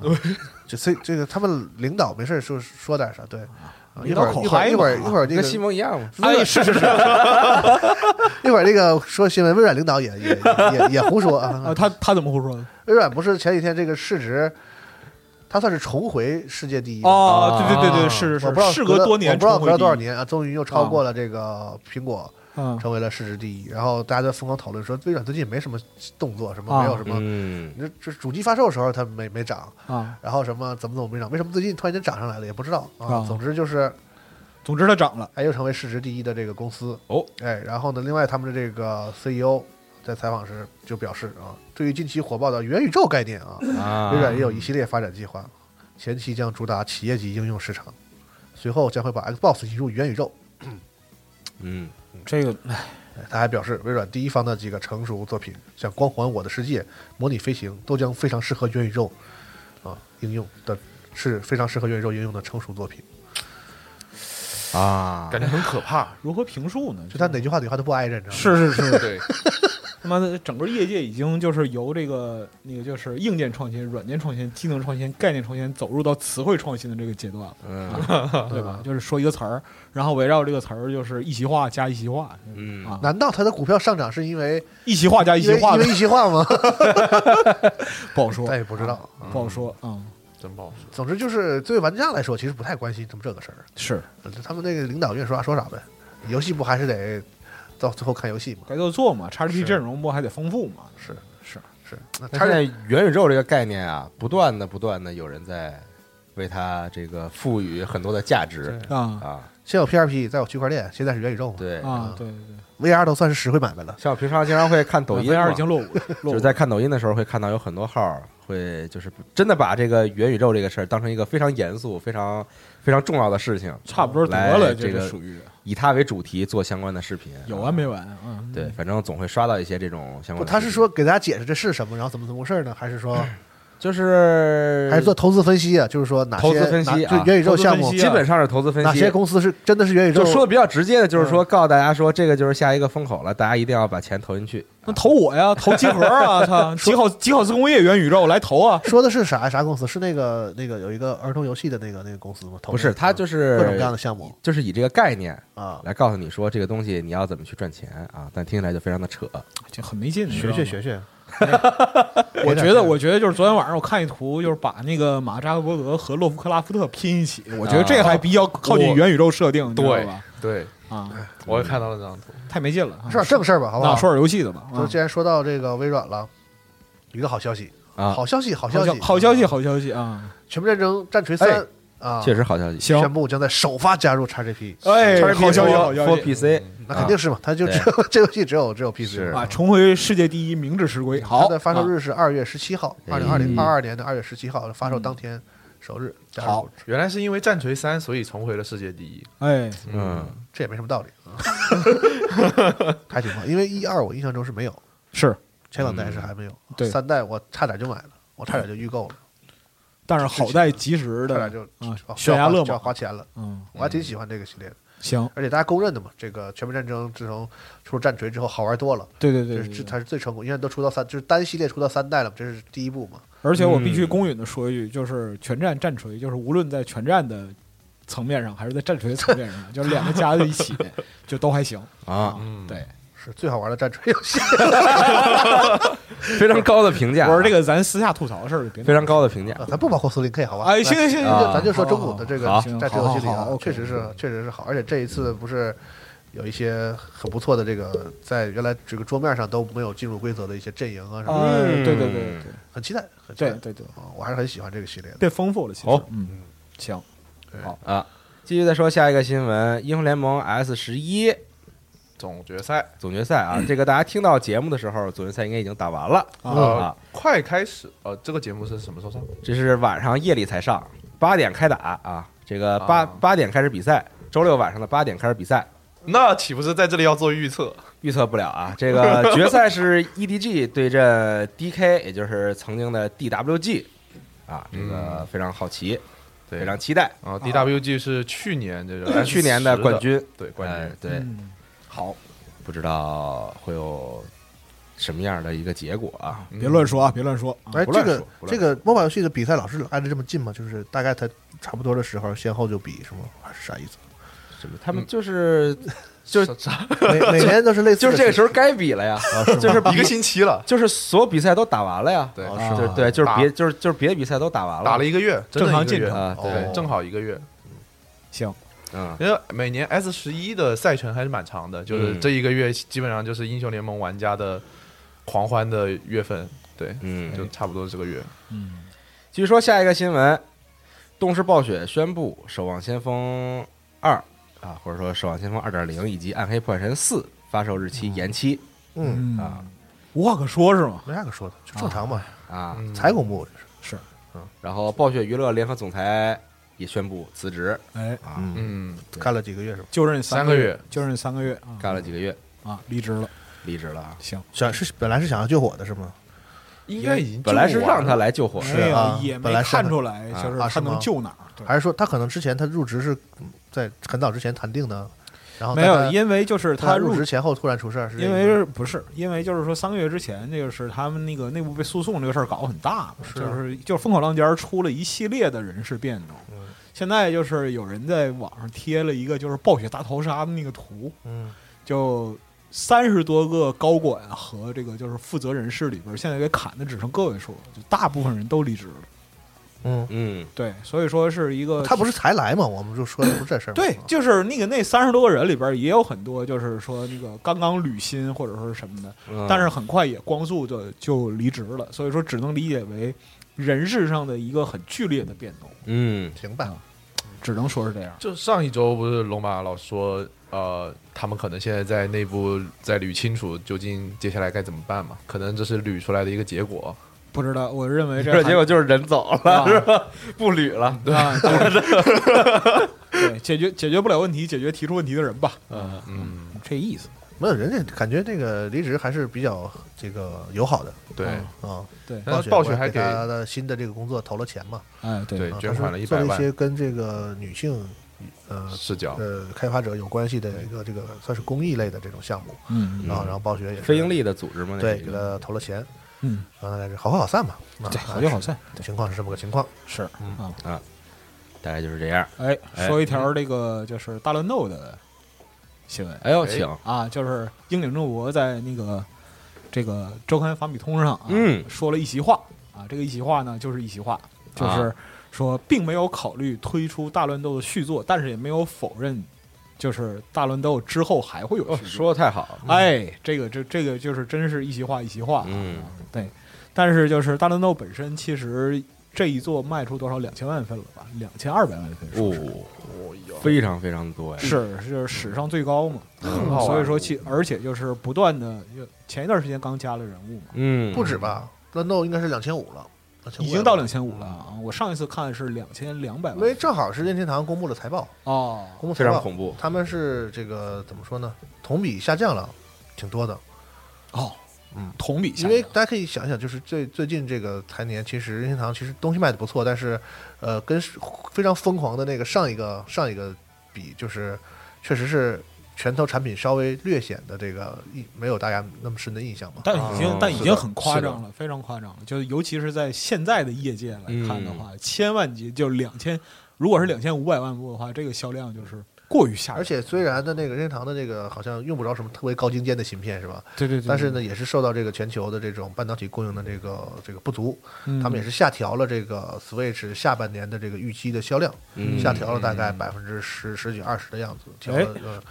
这这这个他们领导没事儿说说点啥，对。啊一会领导儿口一会儿嗨一会儿一嘛会儿那跟个西蒙一样 嘛，哎，是是是，一会儿那个说新闻，微软领导也也也也胡说啊，啊。他他怎么胡说的？微软不是前几天这个市值，它算是重回世界第一吗啊哦，对对对对，是是我不知是，道事隔隔了多年我不知道重隔回了多少第一，年啊，终于又超过了这个苹果，嗯，成为了市值第一。然后大家都疯狂讨论说，微软最近没什么动作，什么啊没有什么，嗯，你这这主机发售的时候它没没涨，啊，然后什么怎么怎么没涨，为什么最近突然间涨上来了也不知道啊。啊总之就是，总之他涨了。哎，又成为市值第一的这个公司哦，哎，然后呢，另外他们的这个 CEO 在采访时就表示啊，对于近期火爆的元宇宙概念啊，啊，微软也有一系列发展计划，前期将主打企业级应用市场，随后将会把 Xbox 引入元宇宙。嗯，这个哎他还表示，微软第一方的几个成熟作品，像《光环》《我的世界》《模拟飞行》，都将非常适合元宇宙啊应用的，是非常适合元宇宙应用的成熟作品。啊，感觉很可怕。如何评述呢？就他哪句话哪句话都不挨着，你知道吗？是是是，对，他妈的，整个业界已经就是由这个那个就是硬件创新、软件创新、技能创新、概念创新，走入到词汇创新的这个阶段了，嗯对吧？就是说一个词儿，然后围绕这个词儿就是一席话加一席话，嗯，啊，难道他的股票上涨是因为一席话加一因席为话因的为一席话吗？不好说，咱也不知道。不好说啊，嗯真不好说。总之就是对玩家来说，其实不太关心他们这个事儿，是他们那个领导愿意说啥说啥呗。游戏不还是得到最后看游戏吗？该做做嘛，XGP 阵容不还得丰富嘛？是是，是，那但他现是在元宇宙这个概念啊，不断的不断的有人在为它这个赋予很多的价值啊啊，先有 PRP，再有区块链，现在是元宇宙嘛？对。啊，对对对， ，VR 都算是实惠买卖了。像我平常经常会看抖音嘛， VR 已经落伍了， 就落伍是了在看抖音的时候，会看到有很多号儿会就是真的把这个元宇宙这个事儿当成一个非常严肃、非常非常重要的事情，差不多得来了，这个个属于以它为主题做相关的视频，有完没完啊？对，反正总会刷到一些这种相关的视不，频。他是说给大家解释这是什么，然后怎么怎么回事呢？还是说就是还是做投资分析啊，就是说哪些投资分析啊哪就元宇宙项目投资分析啊基本上是投资分哪些析。公司是真的是元宇宙就说的比较直接的，就是说告诉大家说这个就是下一个风口了，大家一定要把钱投进去。那投我呀，投集合 啊，操，吉考吉考斯工业元宇宙来投啊，说的是啥啥公司？是那个那个有一个儿童游戏的那个那个公司吗？投不是，它是就是各种各样的项目就是以这个概念啊，来告诉你说这个东西你要怎么去赚钱啊，但听起来就非常的扯。就很没劲。学学学学，学。 我觉得，我觉觉得就是昨天晚上我看一图，就是把那个马扎克伯格和洛夫克拉夫特拼一起，我觉得这还比较靠近元宇宙设定，你知道对吧？对，啊，我也看到了这张图。太没劲了。啊 是正事儿吧，好不那好？说点游戏的吧。啊就既然说到这个微软了，一个好消息啊好消息，好好消消息，好消哎息，！好消息啊！全面战争战锤三啊，确实好消息。行宣布将在首发加入 XGP，哎叉，好消息，好 P 消 for 息 PC，那肯定是嘛，它就只有 这游戏只有只有 PC 是啊！重回世界第一，明智石龟。好，它的发售啊哎日是二月十七号，二零二零二二年的二月十七号发售当天首日加入好，原来是因为战锤三，所以重回了世界第一。哎，嗯，这也没什么道 理，还挺好。因为一二我印象中是没有，是，嗯前两代是还没有，对三代我差点就买了，我差点就预购了，但是好在及时差点的就啊哦，悬崖勒就要马。花钱了。嗯，我还挺喜欢这个系列的，行，而且大家公认的嘛，这个《全面战争》自从出了战锤之后好玩多了，对对对这对是对它是最成功，因为都出到三，就是单系列出到三代了嘛，这是第一部嘛。而且我必须嗯公允的说一句，就是全战战锤，就是无论在全战的层面上，还是在战锤的层面上，就是两个加在一起，就都还行啊，嗯对，是最好玩的战锤游 戏，非常高的评价，啊我说这个咱私下吐槽的事儿就别弄非常高的评价啊。咱不包括 Slim K 好吧？哎，行行行咱啊就咱就说好中古的这个好战锤游戏里好好啊好，，OK 确实是确实是好，而且这一次不是有一些很不错的这个在原来这个桌面上都没有进入规则的一些阵营啊什么的，哎，对对对嗯对很期待，很期待对对对，啊我还是很喜欢这个系列的。变丰富了，其实好，嗯，行，啊。继续再说下一个新闻，《英雄联盟 S 十一》总决赛总决赛啊，这个大家听到节目的时候，总决赛应该已经打完了啊嗯呃。快开始，呃，这个节目是什么时候上？这是晚上夜里才上，八点开打啊。这个八啊八点开始比赛，周六晚上的八点开始比赛。那岂不是在这里要做预测？预测不了啊，这 个决赛是 EDG 对阵 DK，也就是曾经的 DWG 啊，这个非常好奇，对非常期待。啊，DWG 是去年这 个去年嗯的 S10 冠，军，对冠哎军，对，嗯好，不知道会有什么样的一个结果啊？嗯别乱说啊，别乱说啊，哎，不乱这说个不乱这个 MOBA 游戏的比赛老是挨着这么近吗？就是大概它差不多的时候先后就比是吗？还是啥意思？什么？他们就是就啥每每年都是类似就是的，这个时候该比 了呀，啊就是一个星期了，就是所有比赛都打完了呀，对，哦啊对对，就是打别就是就是别的比赛都打完了，打了一个月，真正的常一个月进程啊，对，哦正好一个月。行，嗯因为每年 S 十一的赛程还是蛮长的，就是嗯这一个月基本上就是英雄联盟玩家的狂欢的月份，对，嗯，就差不多是这个月。嗯，继续说下一个新闻，动视暴雪宣布《守望先锋二》啊，或者说《守望先锋二点零》以及《暗黑破坏神四》发售日期延期嗯，啊，无话可说是吗？没啥可说的，就正常嘛，啊。嗯才公布这是。然后暴雪娱乐联合总裁也宣布辞职，哎，嗯，干了几个月是吧？就任三个个月，就任三个月啊，干了几个月，啊，离职了，离职了啊。行，想是本来是想要救火的是吗？应该已经本来是救完让他了，来救火的，是没有啊哎也没本来是看出来，啊就是啊他是能吗救哪儿，对还是说他可能之前他入职是嗯在很早之前谈定的，然后没有，因为就是他他入入职，前后突然出事儿，是这因个为意思吗是不是因为就是说三个月之前，那个是他们那个内部被诉讼这个事儿搞得很大嘛，是就是就是风口浪尖儿出了一系列的人事变动。嗯现在就是有人在网上贴了一个就是暴雪大逃杀的那个图，嗯就三十多个高管和这个就是负责人士里边儿，现在给砍的只剩个位数了，就大部分人都离职了。嗯，嗯，对，所以说是一个他不是才来嘛，我们就说的不是这事儿嘛。哦对，就是那个那三十多个人里边，也有很多就是说那个刚刚履新或者说是什么的，嗯但是很快也光速的就离职了，所以说只能理解为人事上的一个很剧烈的变动，嗯行吧，只能说是这样。就上一周不是龙马老说，呃，他们可能现在在内部在捋清楚究竟接下来该怎么办嘛，可能这是捋出来的一个结果。不知道，我认为这这结果就是人走了，啊 是吧？不捋了，对吧？啊就是 对，解决解决不了问题，解决提出问题的人吧，啊嗯，这意思。没有人家感觉这个离职还是比较这个友好的对啊。对，但暴是雪暴雪还给给他的新的这个工作投了钱嘛，嗯哎对对啊捐他是款了做100一万些跟这个女性呃视角，呃开发者有关系的一个这个算是公益类的这种项目嗯啊。然后暴雪也是非盈利的组织嘛，那对是给他投了钱，嗯，让大家好聚好散嘛。啊嗯对，好聚好散，对，情况是这么个情况。是啊，大概就是这样。哎，嗯哎说一条这个就是大乱斗的新闻哎呦，哎请，啊，就是英领中国在那个这个周刊法比通上啊，嗯啊说了一席话啊，这个一席话呢就是一席话，就是说并没有考虑推出大乱斗的续作，但是也没有否认，就是大乱斗之后还会有哦，续作。说的太好了，哎，这个这这个就是真是一席话一席话，嗯，对。但是就是大乱斗本身，其实这一座卖出多少两千万份了吧？两千二百万份，是不是？哦，非常非常多呀，是就是史上最高嘛，嗯嗯很好玩所以说其而且就是不断的，前一段时间刚加了人物嘛，嗯，不止吧？乱斗应该是两千五了，2500已经到两千五了啊！我上一次看是两千两百因为万正好是任天堂公布了财报，哦，公布财非报常恐怖，他们是这个怎么说呢？同比下降了，挺多的。哦，嗯，同比下因降，为大家可以想想，就是最最近这个财年，其实任天堂其实东西卖的不错，但是，呃，跟非常疯狂的那个上一个上一个比，就是确实是拳头产品稍微略显的这个印没有大家那么深的印象嘛。但已经、哦但已是经很夸张了，非常夸张了。就是尤其是在现在的业界来看的嗯话，千万级就两千，如果是两千五百万部的话，这个销量就是过于吓人。而且虽然的那个任天堂的这个好像用不着什么特别高精尖的芯片是吧？对对对，但是呢，也是受到这个全球的这种半导体供应的这个这个不足，嗯，他们也是下调了这个 Switch 下半年的这个预期的销量，嗯下调了大概百分之十十几二十的样子，调哎了、呃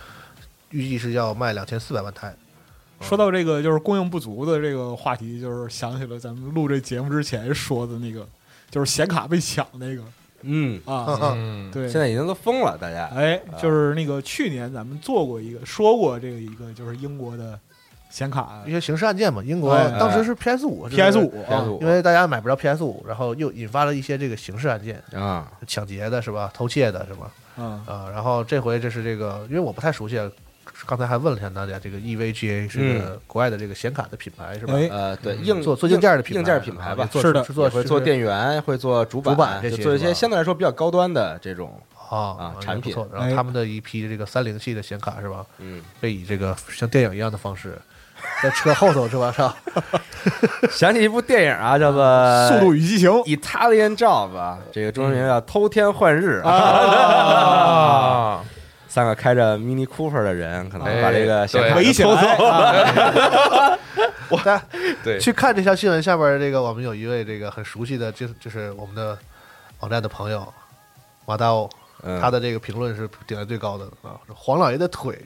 预计是要卖两千四百万台。说到这个就是供应不足的这个话题，就是想起了咱们录这节目之前说的那个，就是显卡被抢那个嗯， 啊，嗯，对，现在已经都疯了，大家，哎，就是那个去年咱们做过一个说过这个一个就是英国的显卡嗯一些刑事案件嘛，英国哎当时是 PS 五 PS 五家啊，族因为大家买不着 PS 五，然后又引发了一些这个刑事案件，啊，抢劫的是吧？偷窃的是吧？嗯啊、然后这回这是这个，因为我不太熟悉，啊，刚才还问了一下大家，这个 E EVGA 是个国外的这个显卡的品牌是吧？哎呃，对，嗯硬做做硬件的品牌硬件品牌啊吧也，做是的是也做会做电源，会做主板，主板这些就做一是些吧相对来说比较高端的这种，啊啊产也不品错然哎后他们的一批这个三零系的显卡是吧？嗯，被以这个像电影一样的方式，在车后头是吧？是吧？ 想起一部电影啊，叫做《 《嗯速度与激情》呃 Italian Job》啊，这个中文名叫《偷天换日》啊，啊， 三个开着 Mini Cooper 的人，可能把这个显哎卡围起来啊，大家对去看这条新闻下边这个，我们有一位这个很熟悉的，就是就是我们的网站的朋友马大欧，嗯他的这个评论是点赞最高的啊，说黄老爷的腿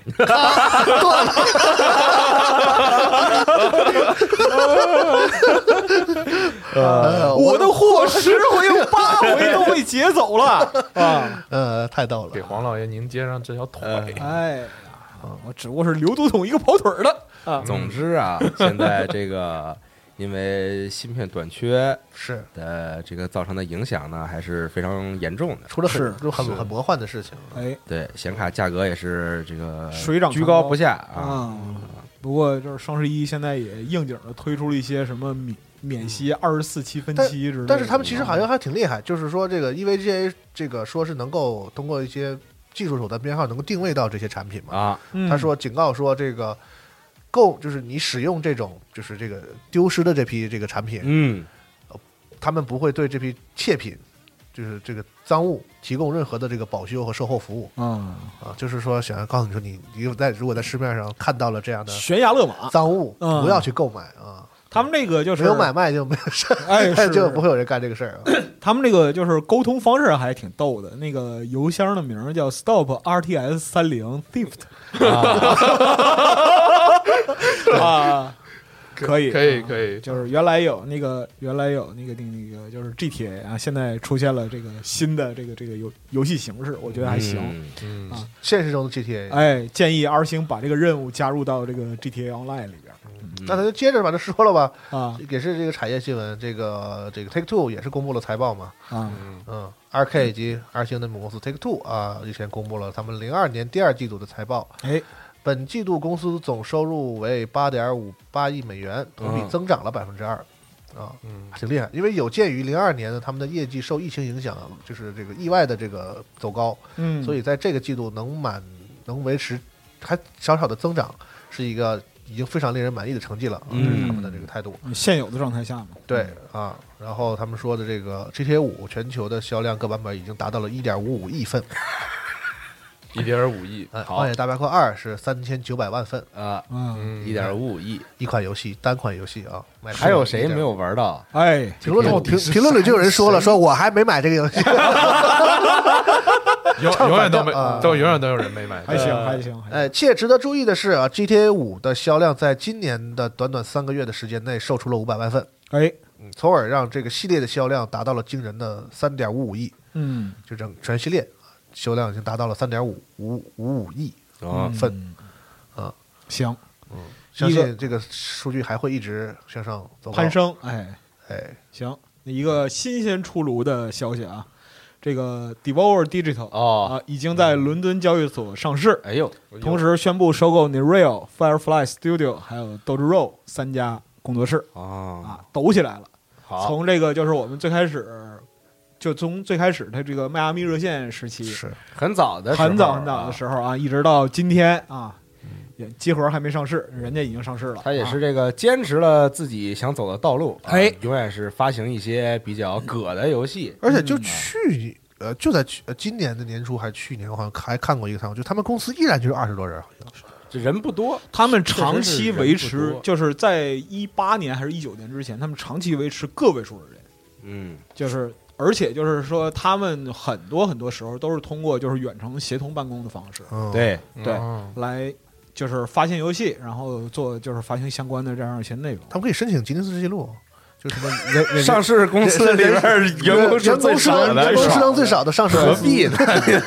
断了。呃，我的货十回八回都被劫走了啊！呃太逗给了，哎黄老爷您接上这条腿， 啊哎呀，我只不过是刘都统一个跑腿儿的啊，总之啊，现在这个因为芯片短缺是的这个造成的影响呢，还是非常严重的。出了是很就很很魔幻的事情。哎对，显卡价格也是这个水涨船居高高不下啊。啊。不过就是双十一现在也应景的推出了一些什么免免息二十四期分期之类的，但是他们其实好像还挺厉害，就是说这个，E EVGA 这个说是能够通过一些技术手段编号能够定位到这些产品嘛。啊，嗯他说警告说这个购就是你使用这种就是这个丢失的这批这个产品，嗯，他们不会对这批窃品就是这个赃物提供任何的这个保修和售后服务啊，啊，就是说想要告诉你说你你有在如果在市面上看到了这样的悬崖勒马，赃物，嗯不要去购买啊，他们这个就是没有买卖就没有事儿， 哎是就不会有人干这个事儿啊。他们这个就是沟通方式还挺逗的，那个邮箱的名儿叫 stop rts 三零 thift 啊， 可以可以可以就是原来有那个原来有那个那个那个就是 GTA 啊，现在出现了这个新的这个这个游游戏形式，我觉得还行。嗯嗯啊现实中的 GTA，哎，建议 R 星把这个任务加入到这个 GTA Online 里边那咱就接着把它说了吧，儿啊也是这个产业新闻，这个这个 Take Two 也是公布了财报嘛，啊，嗯，2K 以及 R 星的母公司 Take Two 啊，日前公布了他们零二年第二季度的财报，哎，本季度公司总收入为八点五八亿美元，同比嗯增长了百分之二，啊，嗯挺厉害。因为有鉴于零二年呢，他们的业绩受疫情影响，就是这个意外的这个走高，嗯所以在这个季度能满能维持还小小的增长，是一个已经非常令人满意的成绩了啊，这嗯是他们的这个态度。现有的状态下嘛，对嗯啊，然后他们说的这个 GTA 五全球的销量各版本已经达到了一点五五亿份，一点五亿，哎，《好荒野大镖客二》是三千九百万份，啊，嗯，一点五五亿，一款游戏单款游戏啊，卖出还有谁1.55没有玩到？哎，评论到里底评是评论里就有人说了，谁说我还没买这个游戏， 永唱永远都反没调啊，都永远都有人没买。还行还行，还行哎，，且值得注意的是啊，GTA 五的销量在今年的短短三个月的时间内售出了五百万份，哎，嗯，从而让这个系列的销量达到了惊人的三点五五亿，嗯，就整全系列啊销量已经达到了三点五五五五亿啊嗯份，啊，行，相一个信这个数据还会一直向上走高攀。升，哎，哎，行，那一个新鲜出炉的消息啊，这个 Devolver Digital 哦，啊，已经在嗯伦敦交易所上市，哎呦，啊同时宣布收购 Nereal、Firefly Studio 还有 Dojo Roll 三家工作室啊，啊，抖起来了。好，从这个就是我们最开始，就从最开始它这个迈阿密热线时期，是很早的时候啊，嗯很早很早的时候啊，一直到今天啊，也集合还没上市，人家已经上市了。他也啊是这个坚持了自己想走的道路，啊哎，永远是发行一些比较葛的游戏，而且就去呃就在去呃今年的年初还是去年，我好像还看过一个项目，就他们公司依然就是二十多人，好像是这人不多，他们长确实期是人维不持多，就是在一八年还是一九年之前，他们长期维持个位数的人，嗯，就是而且就是说，他们很多很多时候都是通过就是远程协同办公的方式嗯，，对，对嗯来就是发现游戏，然后做就是发行相关的这样一些内容。他们可以申请吉尼斯世界纪录，就是什么人人上市公司里边儿员工是人最工少量的，人工数量最少的上市公何司必呢？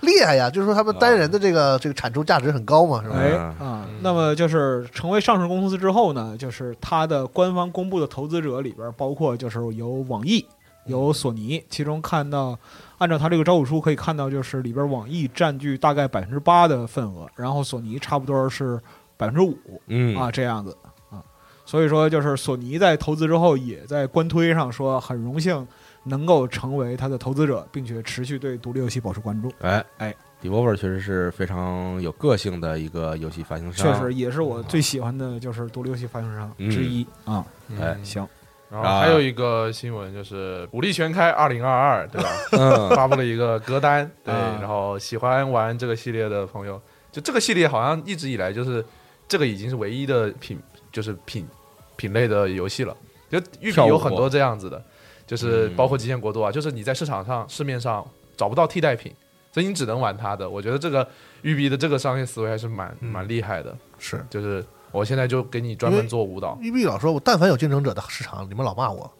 厉害呀？就是说他们单人的这个这个产出价值很高嘛，是吧？哎嗯啊，那么就是成为上市公司之后呢，就是它的官方公布的投资者里边，包括就是有网易、有索尼，其中看到按照它这个招股书可以看到，就是里边网易占据大概百分之八的份额，然后索尼差不多是百分之五嗯啊这样子啊，所以说就是索尼在投资之后，也在官推上说很荣幸能够成为它的投资者，并且持续对独立游戏保持关注。哎哎，Devolver 确实是非常有个性的一个游戏发行啊商，确实，也是嗯我最喜欢的就是独立游戏发行商之一啊。哎嗯行，然后还有一个新闻就是武力全开二零二二，对吧？嗯，发布了一个歌单，对，嗯啊然后喜欢玩这个系列的朋友，就这个系列好像一直以来就是这个已经是唯一的品，就是品品类的游戏了。就育跳碧舞有很多这样子的，就是嗯包括《极限国度》啊，就是你在市场上、市面上找不到替代品，所以你只能玩它的。我觉得这个育碧的这个商业思维还是蛮嗯蛮厉害的，是。就是我现在就给你专因门为做舞蹈。玉碧老说，我但凡有竞争者的市场，你们老骂我，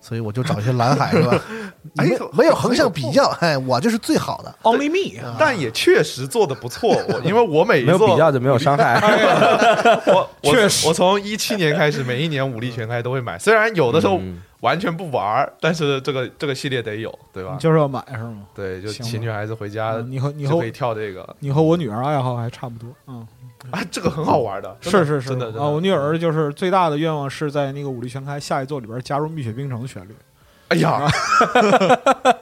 所以我就找一些蓝海，是 吧？哎没有没有横向比较，哎，我就是最好的。 Only Me， 但也确实做的不错，我因为我每一没有座比较就没有伤害，我我确实我从一七年开始，每一年武力全开都会买，虽然有的时候嗯完全不玩儿，但是这个这个系列得有，对吧你？就是要买是吗？对，就嗯行请吧女孩子回家嗯你和你就和可以跳这个你和我女儿爱好还差不多，嗯，啊，这个很好玩的，真是的是是真的真的嗯啊，我女儿就是最大的愿望是在那个《武力全开》下一座里边加入《蜜雪冰城》的旋律，哎呀，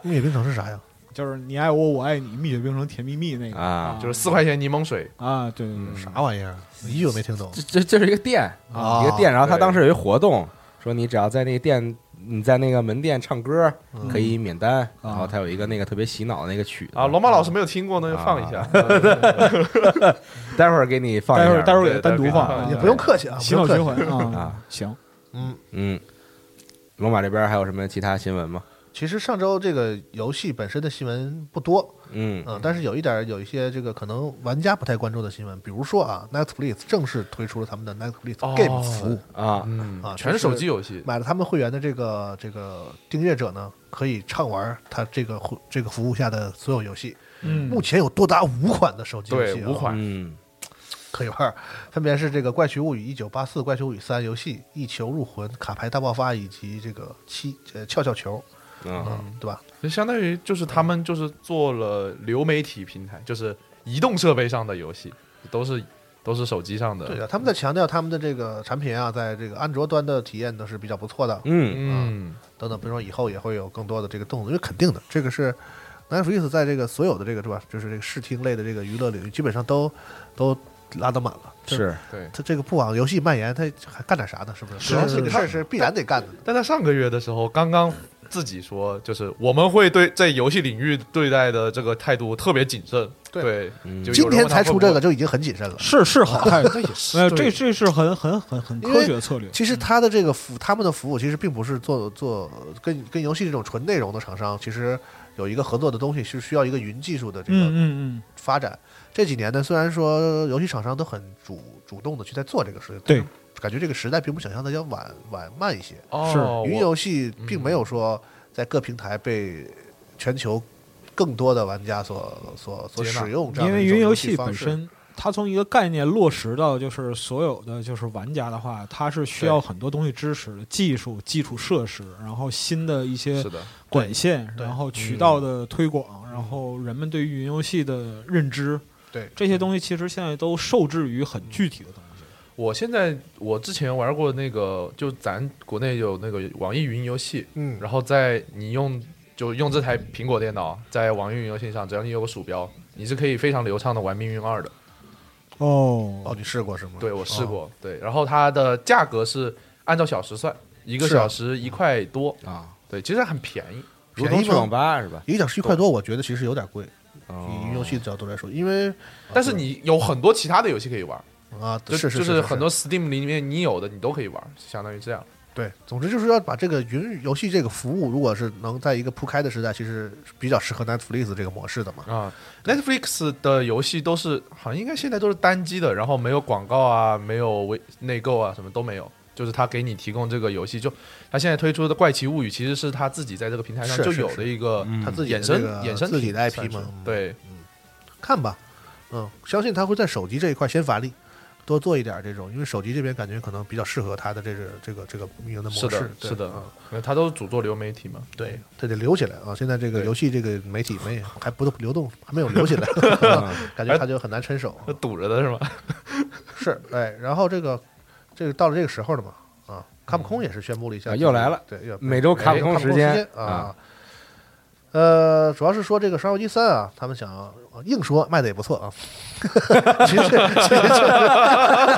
蜜雪冰城是啥呀？就是你爱我，我爱你，《蜜雪冰城》甜蜜蜜那个啊就是四块钱柠檬水，啊，对对对，嗯啥玩意儿？一句我没听懂这这这是一个店，啊一个店，然后他对当时有一活动，说你只要在那个店，你在那个门店唱歌嗯可以免单，然后他有一个那个特别洗脑的那个曲子啊，龙马老师没有听过呢，就嗯啊放一下，待会儿给你放一待下，会儿待会儿对给她单独对放对啊，对也不用客气啊，洗不脑用客循气。环啊啊，行，嗯，嗯，龙马这边还有什么其他新闻吗？其实上周这个游戏本身的新闻不多，嗯嗯，但是有一点儿有一些这个可能玩家不太关注的新闻，比如说啊，Netflix 正式推出了他们的 Netflix 哦 Game 服务啊，嗯啊全就是是手机游戏，买了他们会员的这个这个订阅者呢，可以畅玩他这个服这个服务下的所有游戏。嗯目前有多达五款的手机游对戏、啊，五款嗯可以玩儿，分别是这个《怪奇物语一九八四》《怪奇物语三》游戏《一球入魂》《卡牌大爆发》以及这个七呃翘翘球，啊嗯，对吧？就相当于就是他们就是做了流媒体平台，就是移动设备上的游戏，都是都是手机上的。对啊，他们在强调他们的这个产品啊，在这个安卓端的体验都是比较不错的，嗯，嗯，等等，比如说以后也会有更多的这个动作，因为肯定的，这个是 Netflix 在这个所有的这个是吧，就是这个视听类的这个娱乐领域，基本上都都拉得满了。是对。他这个不往游戏蔓延，他还干点啥呢？是不是？主要是这个事儿是必然得干的。但他上个月的时候刚刚自己说，就是我们会对在游戏领域对待的这个态度特别谨慎。对对，就有今人天问他才会出不这会个，就已经很谨慎了。是是好看，哎那也是 没有这这是很很很很因科为学的策略。其实他的这个服，他们的服务其实并不是做做跟跟游戏这种纯内容的厂商，其实有一个合作的东西是需要一个云技术的这嗯个嗯发展。这几年呢，虽然说游戏厂商都很主主动的去在做这个事情，对，感觉这个时代并不想象的要晚晚慢一些。哦，云我游戏并没有说在各平台被全球更多的玩家所所所接纳使用这嗯，样因的为一种云游戏戏方本式身，它从一个概念落实到就是所有的就是玩家的话，它是需要很多东西支持的，技术、基础设施，然后新的一些是的，管线，对嗯然后渠道的推广，然后人们对于云游戏的认知，对这些东西其实现在都受制于很具体的东西。我现在我之前玩过那个，就咱国内有那个网易云游戏，嗯然后在你用就用这台苹果电脑在网易云游戏上，只要你有个鼠标，你是可以非常流畅的玩《命运二》的。哦，哦，你试过是吗？对我试哦过，对，然后它的价格是按照小时算，一个是啊小时一块多，啊，对，其实很便宜。如便同宜去吗网吧是吧？一个小时一块多，我觉得其实有点贵。哦以游戏的角度来说，因为但是你有很多其他的游戏可以玩，啊，就是就是是很多 Steam 里面你有的你都可以玩，相当于这样。对，总之就是要把这个云游戏这个服务，如果是能在一个铺开的时代，其实是比较适合 Netflix 这个模式的嘛。啊、n e t f l i x 的游戏都是好像应该现在都是单机的，然后没有广告啊，没有微内购啊，什么都没有。就是他给你提供这个游戏，就他现在推出的《怪奇物语》，其实是他自己在这个平台上是就是有是嗯的一个他自己的衍生这个衍生自己的品 IP 嘛嗯算是对，看吧，嗯，相信他会在手机这一块先发力，多做一点这种，因为手机这边感觉可能比较适合他的这个这个这个运营的模是式。的，对是的嗯，因为他都是主做流媒体嘛。对，它得留起来啊！现在这个对游戏这个媒体没还不流动，还没有留起 来，嗯 感哎觉他就很难趁手。那堵着的是吗？是，哎，然后这个这个到了这个时候了嘛，啊，卡普空也是宣布了一下啊自己，又来了对，又每周卡普空空时间间啊啊。呃，主要是说这个《双游记三》啊，他们想硬说卖的也不错啊， 其实其实就是，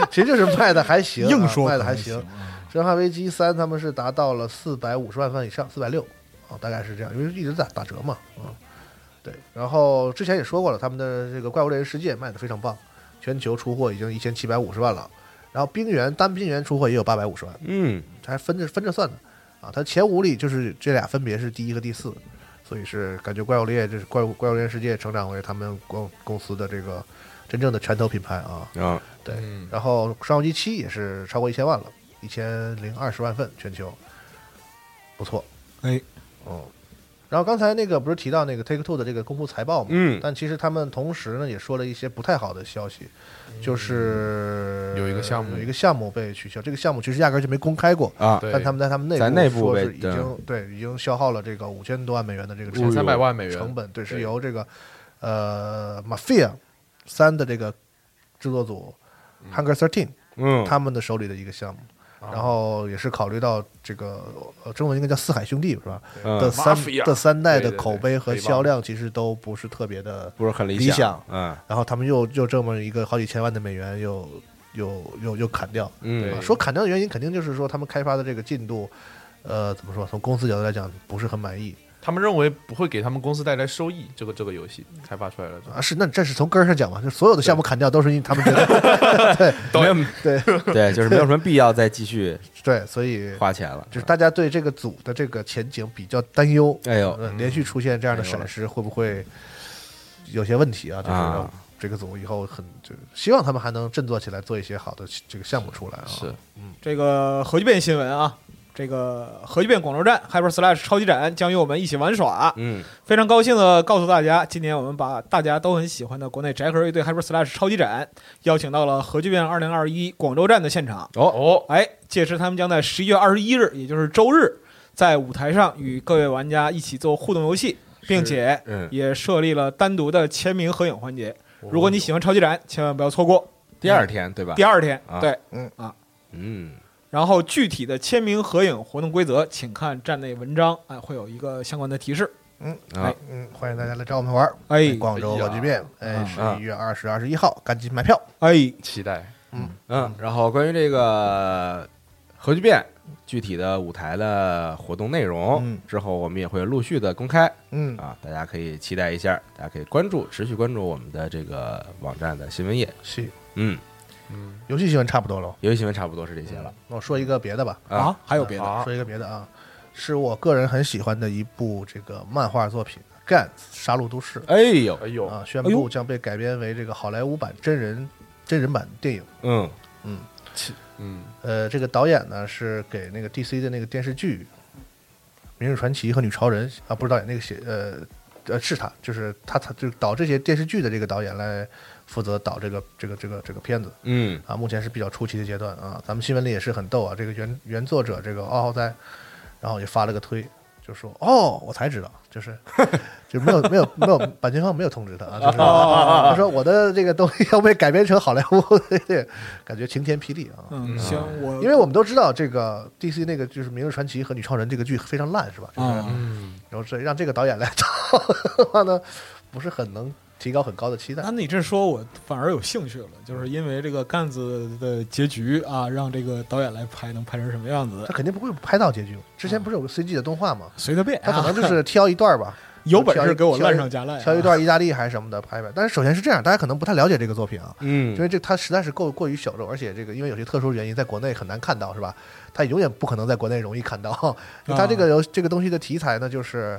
其实就是卖的还行啊、硬说卖的可还能行。啊《生化危机三》他们是达到了四百五十万份以上，四百六啊，大概是这样，因为一直打打折嘛，啊，对。然后之前也说过了，他们的这个《怪物猎人世界》卖的非常棒，全球出货已经一千七百五十万了，然后《冰原》单冰原出货也有八百五十万，嗯，还分着分着算的啊。它前五里就是这俩分别是第一和第四，所以是感觉《怪物猎》这是《怪物怪物猎人世界》成长为他们公公司的这个真正的拳头品牌啊。啊，对，嗯然后《上游机七》也是超过一千万了，一千零二十万份全球，不错，哎，嗯。然后刚才那个不是提到那个 Take Two 的这个公布财报嘛？嗯但其实他们同时呢也说了一些不太好的消息，就是嗯有一个项目有一个项目被取消，这个项目其实压根儿就没公开过，啊，对，但他们在他们内在内部说被是已经对已经消耗了这个五千多万美元的这个前成三百万美元成本，对，是对由这个呃 Mafia 三的这个制作组 Hunger Thirteen 嗯，他们的手里的一个项目，然后也是考虑到这个呃中文应该叫四海兄弟是吧？嗯的三 Mafia 的三代对的对对口碑和黑帮销量其实都不是特别的不是很理理想嗯然后他们又又这么一个好几千万的美元又又又又砍掉，嗯对说砍掉的原因肯定就是说他们开发的这个进度，呃，怎么说？从公司角度来讲不是很满意他们认为不会给他们公司带来收益，这个这个游戏开发出来了之后，啊。是，那这是从根儿上讲嘛，就所有的项目砍掉都是因为他们觉得对没有对 对，嗯就是没有什么必要再继续对，所以花钱了。就是大家对这个组的这个前景比较担忧。哎呦，呃连续出现这样的闪失，会不会有些问题啊？就是啊让这个组以后很就希望他们还能振作起来，做一些好的这个项目出来啊。是这个核聚变新闻啊，这个核聚变广州站 Hyper Slash 超级展将与我们一起玩耍。嗯，非常高兴的告诉大家，今年我们把大家都很喜欢的国内宅核乐队 Hyper Slash 超级展邀请到了核聚变2021广州站的现场。哦哦，哎，届时他们将在十一月二十一日，也就是周日，在舞台上与各位玩家一起做互动游戏，并且嗯也设立了单独的签名合影环节，如果你喜欢超级展，千万不要错过哦第二天对吧？第二天啊。对，嗯，然后具体的签名合影活动规则，请看站内文章，哎，会有一个相关的提示。啊嗯，欢迎大家来找我们玩儿。哎广州哎呀火炬变，哎，十啊一月二十、二十一号，赶紧买票。哎，期待嗯，然后关于这个核聚变具体的舞台的活动内容嗯，之后我们也会陆续的公开嗯，啊，大家可以期待一下，大家可以关注，持续关注我们的这个网站的新闻页。是嗯，游戏新闻差不多了。游戏新闻差不多是这些了。我说一个别的吧，啊，还有别的，啊说一个别的啊，是我个人很喜欢的一部这个漫画作品《Gantz 杀戮都市哎呦，哎呦，》啊，宣哎布呦将被改编为这个好莱坞版真人真人版电影。嗯嗯，呃，这个导演呢是给那个 DC 的那个电视剧《明日传奇》和《女超人》啊，不是导演那个写呃呃是他，就是他他就是导这些电视剧的这个导演来负责导这个这个这个这个片子嗯啊，目前是比较初期的阶段啊。咱们新闻里也是很逗啊，这个原原作者这个奥浩在，然后也发了个推。就说哦，我才知道，就是就没有没有没有版权方没有通知他啊，就是他说我的这个东西要被改编成好莱坞， 感觉晴天霹雳啊。嗯，行，我因为我们都知道这个 DC 那个就是《明日传奇》和《女超人》这个剧非常烂，是吧？就是啊，嗯然后这让这个导演来导的话呢，不是很能提高很高的期待那。你这说我反而有兴趣了，就是因为这个干子的结局啊，让这个导演来拍，能拍成什么样子他？肯定不会拍到结局。之前不是有个 CG 的动画吗？随他便他可啊，能就是挑一段吧，有本事给我挑一烂上加烂啊，挑一段意大利还是什么的拍拍。但是首先是这样，大家可能不太了解这个作品啊，嗯因为这它实在是够过于小众，而且这个因为有些特殊原因，在国内很难看到，是吧？它永远不可能在国内容易看到。就它这啊个游这个东西的题材呢，就是，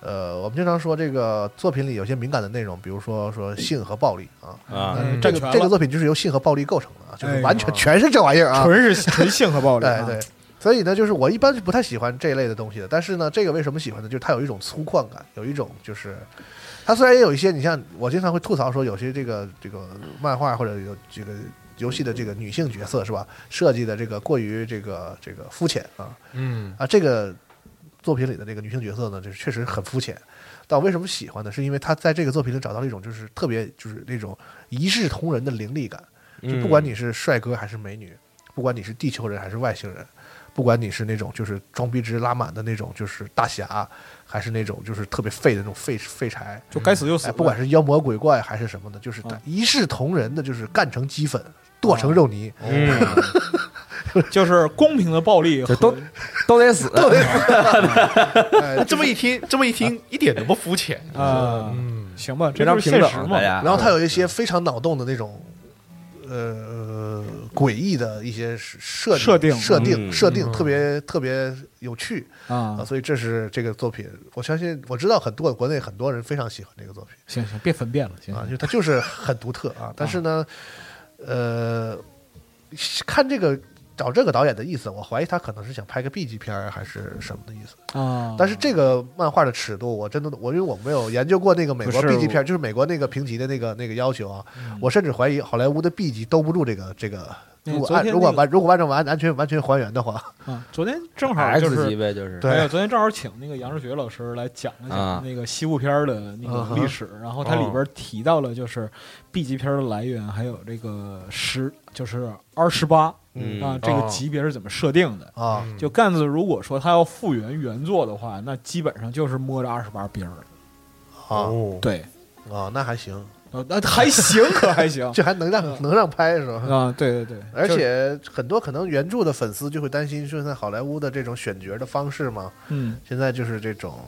呃，我们经常说这个作品里有些敏感的内容，比如说说性和暴力啊，啊嗯，这占个全了，这个作品就是由性和暴力构成的啊，就是哎完全全是这玩意儿啊，哎纯是纯性和 暴力对啊，对。所以呢，就是我一般是不太喜欢这一类的东西的，但是呢，这个为什么喜欢呢？就是它有一种粗犷感，有一种就是，它虽然也有一些，你像我经常会吐槽说，有些这个这个漫画或者有这个游戏的这个女性角色是吧，设计的这个过于这个这个肤浅啊嗯啊，这个作品里的这个女性角色呢，就是确实很肤浅。但我为什么喜欢呢？是因为她在这个作品里找到了一种就是特别就是那种一视同仁的凌厉感，就嗯不管你是帅哥还是美女，不管你是地球人还是外星人，不管你是那种就是装逼值拉满的那种就是大侠，还是那种就是特别废的那种废废柴，就该死就死哎，了，不管是妖魔鬼怪还是什么的，就是啊一视同仁的，就是干成鸡粉，剁成肉泥，嗯， 就是公平的暴力和这都都得死， 哎这么一听，这么一听，一点都不肤浅，啊，嗯，行吧，这非常就是平现等实啊，嘛大，家。然后他有一些非常脑洞的那种，呃，诡异的一些设设定、定设定、嗯设定，特别特别有趣啊！啊，所以这是这个作品，我相信我知道很多国内很多人非常喜欢这个作品行行，别分辨了，行啊，就它就是很独特啊。但是呢，呃，看这个找这个导演的意思，我怀疑他可能是想拍个 B 级片儿还是什么的意思。啊，但是这个漫画的尺度，我真的我因为我没有研究过那个美国不是 B 级片，就是美国那个评级的那个那个要求啊，我甚至怀疑好莱坞的 B 级兜不住这个这个。嗯如果昨按天如果那个完如果按照完完全完全还原的话，啊，昨天正好就 X 级是。呗，就是对哎呀，昨天正好请那个杨世学老师来讲了啊讲那个西部片儿的那嗯个哼历史，然后它里边提到了就是 B 级片儿的来源，还有这个十就是二十八嗯哦啊这个级别是怎么设定的。啊，嗯就干子如果说他要复原原作的话，那基本上就是摸着二十八兵儿了。啊哦，对，啊，那还行，呃，那还行，可还行 这还能让能让拍是吧？啊？对对对，而嗯就是且很多可能原著的粉丝就会担心，现在好莱坞的这种选角的方式嘛，嗯，现在就是这种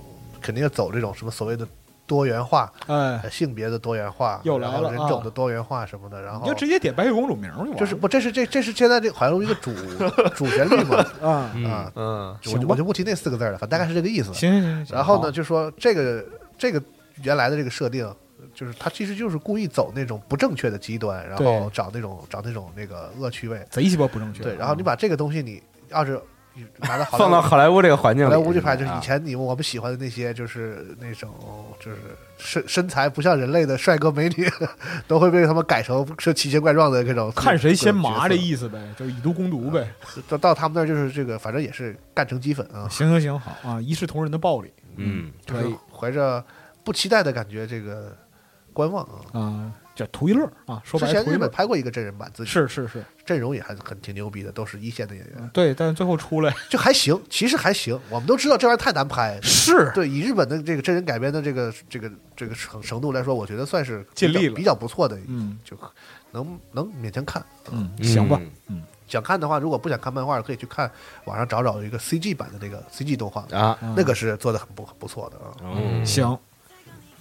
肯定要走这种什么所谓的多元化、哎呃，性别的多元化，又来然后了人啊种的多元化什么的，然你后就直接点白雪公主名儿就完了，哦就是不，这是这这是现在这个好像有一个 主主旋律嘛啊，啊，嗯，我行就吧我就不提那四个字儿了，反正大概是这个意思。行行行行，然后呢，好，就说这个这个原来的这个设定，就是他其实就是故意走那种不正确的极端，然后对找那种找那种那个恶趣味。贼鸡巴不正确，对，然后你把这个东西你要是拿到好莱放到坞好莱坞这个环境好里，莱坞去拍，就是啊以前你我们喜欢的那些，就是那种就是身身材不像人类的帅哥美女， 都会被他们改成是奇形怪状的这种。看谁先麻这这意思呗，就是以毒攻毒呗。到到他们那儿就是这个，反正也是干成鸡粉啊，行行行，好啊，一视同仁的暴力嗯就可是以怀着不期待的感觉，这个观望啊。啊，这图一乐啊，说之白前了图一日乐本。拍过一个真人版，自己是嗯是是，阵容也还很挺牛逼的，都是一线的演员，对，但是最后出来就还行，其实还行。我们都知道这玩意儿太难拍，是对以日本的这个真人改编的这个这个这个程程度来说，我觉得算是比较尽力了比较不错的，嗯就能能勉强看。啊嗯，行吧，想看的话，如果不想看漫画，可以去看网上找找一个 CG 版的那个 CG 动画，啊，嗯那个是做的很不很不错的啊。嗯，行，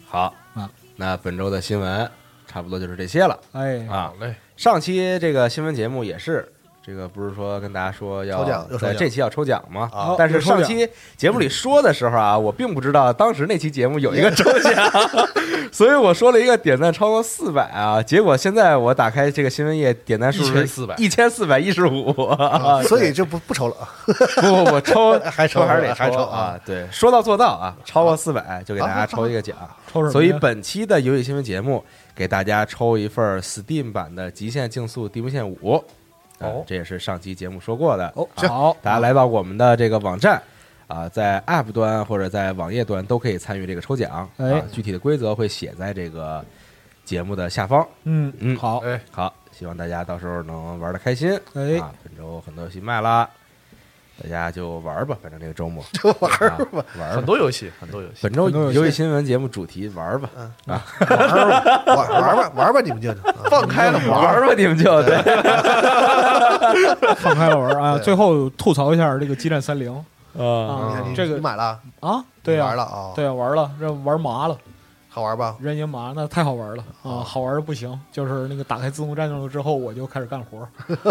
好啊，那本周的新闻差不多就是这些了哎，啊。嘞，上期这个新闻节目也是，这个不是说跟大家说要抽奖又抽对奖这期要抽奖吗？好但是有抽上奖期节目里说的时候啊，我并不知道当时那期节目有一个抽奖，所以我说了一个点赞超过四百啊，结果现在我打开这个新闻页，点赞数是1400一千四百一十五，啊所以就不不愁了 啊，不不不抽还抽还是得还抽啊啊，对，说到做到啊，超过四百就给大好家好抽一个奖。抽什么呀？所以本期的游戏新闻节目给大家抽一份儿 Steam 版的《极限竞速：地平线五》，啊哦这也是上期节目说过的。哦，好，大家来到我们的这个网站啊，在 App 端或者在网页端都可以参与这个抽奖。哎啊，具体的规则会写在这个节目的下方。嗯嗯好，哎，好，希望大家到时候能玩的开心。哎啊，本周很多游戏卖啦，大家就玩儿吧，反正这个周末玩啊儿吧，玩儿很吧。多游戏，很多游戏，本周很多游戏游戏新闻节目主题玩儿吧，玩儿吧，玩玩吧，玩吧，你们就啊放开了 玩儿吧，你们就对。放开了玩儿啊！对最后吐槽一下这个激战三零啊，你啊看你，这你个买了，啊，对你呀玩，了啊，对呀，玩了，让玩麻了，好玩吧？人也麻，那太好玩了啊！好玩的不行，就是那个打开自动战斗之后，我就开始干 活儿，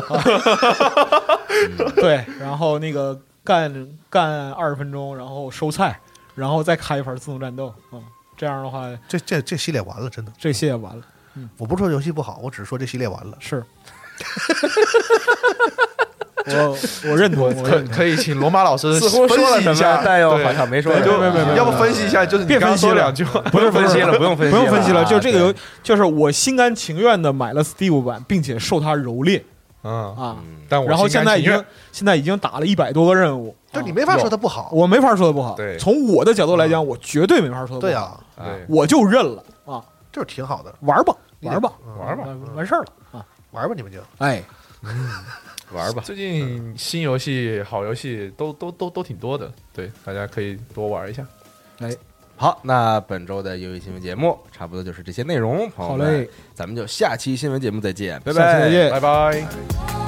啊 对，然后那个干干二十分钟，然后收菜，然后再开一盘自动战斗啊，这样的话，这这这系列完了，真的，这些也完了，我不是说游戏不好，我只是说这系列完了。 是。我我认同，我可认同。可以请罗马老师似乎说了分什析一么下，，但又对好像没说对什就么。没没没要不分析一下，就是你别分刚刚析说了两句话，不用分析了，不用分析，不用分析了，就这个游啊，就是我心甘情愿的买了 Steam 版，并且受它蹂躏嗯，啊。但我然后心现甘在已情愿哦经现在已经打了一百多个任务，就啊你没法说它不好，我没法说的不好。对嗯从我的角度来讲，我绝对没法说的不好。对啊，对我就认了啊，就是挺好的，玩吧，你得玩吧，嗯玩吧，完完事儿了啊。玩吧，你们就哎，玩吧。最近新游戏、好游戏都都都都挺多的，对，大家可以多玩一下。哎好，那本周的游戏新闻节目差不多就是这些内容，朋友好们嘞，，咱们就下期新闻节目再见，拜下期拜。再见。拜「拜。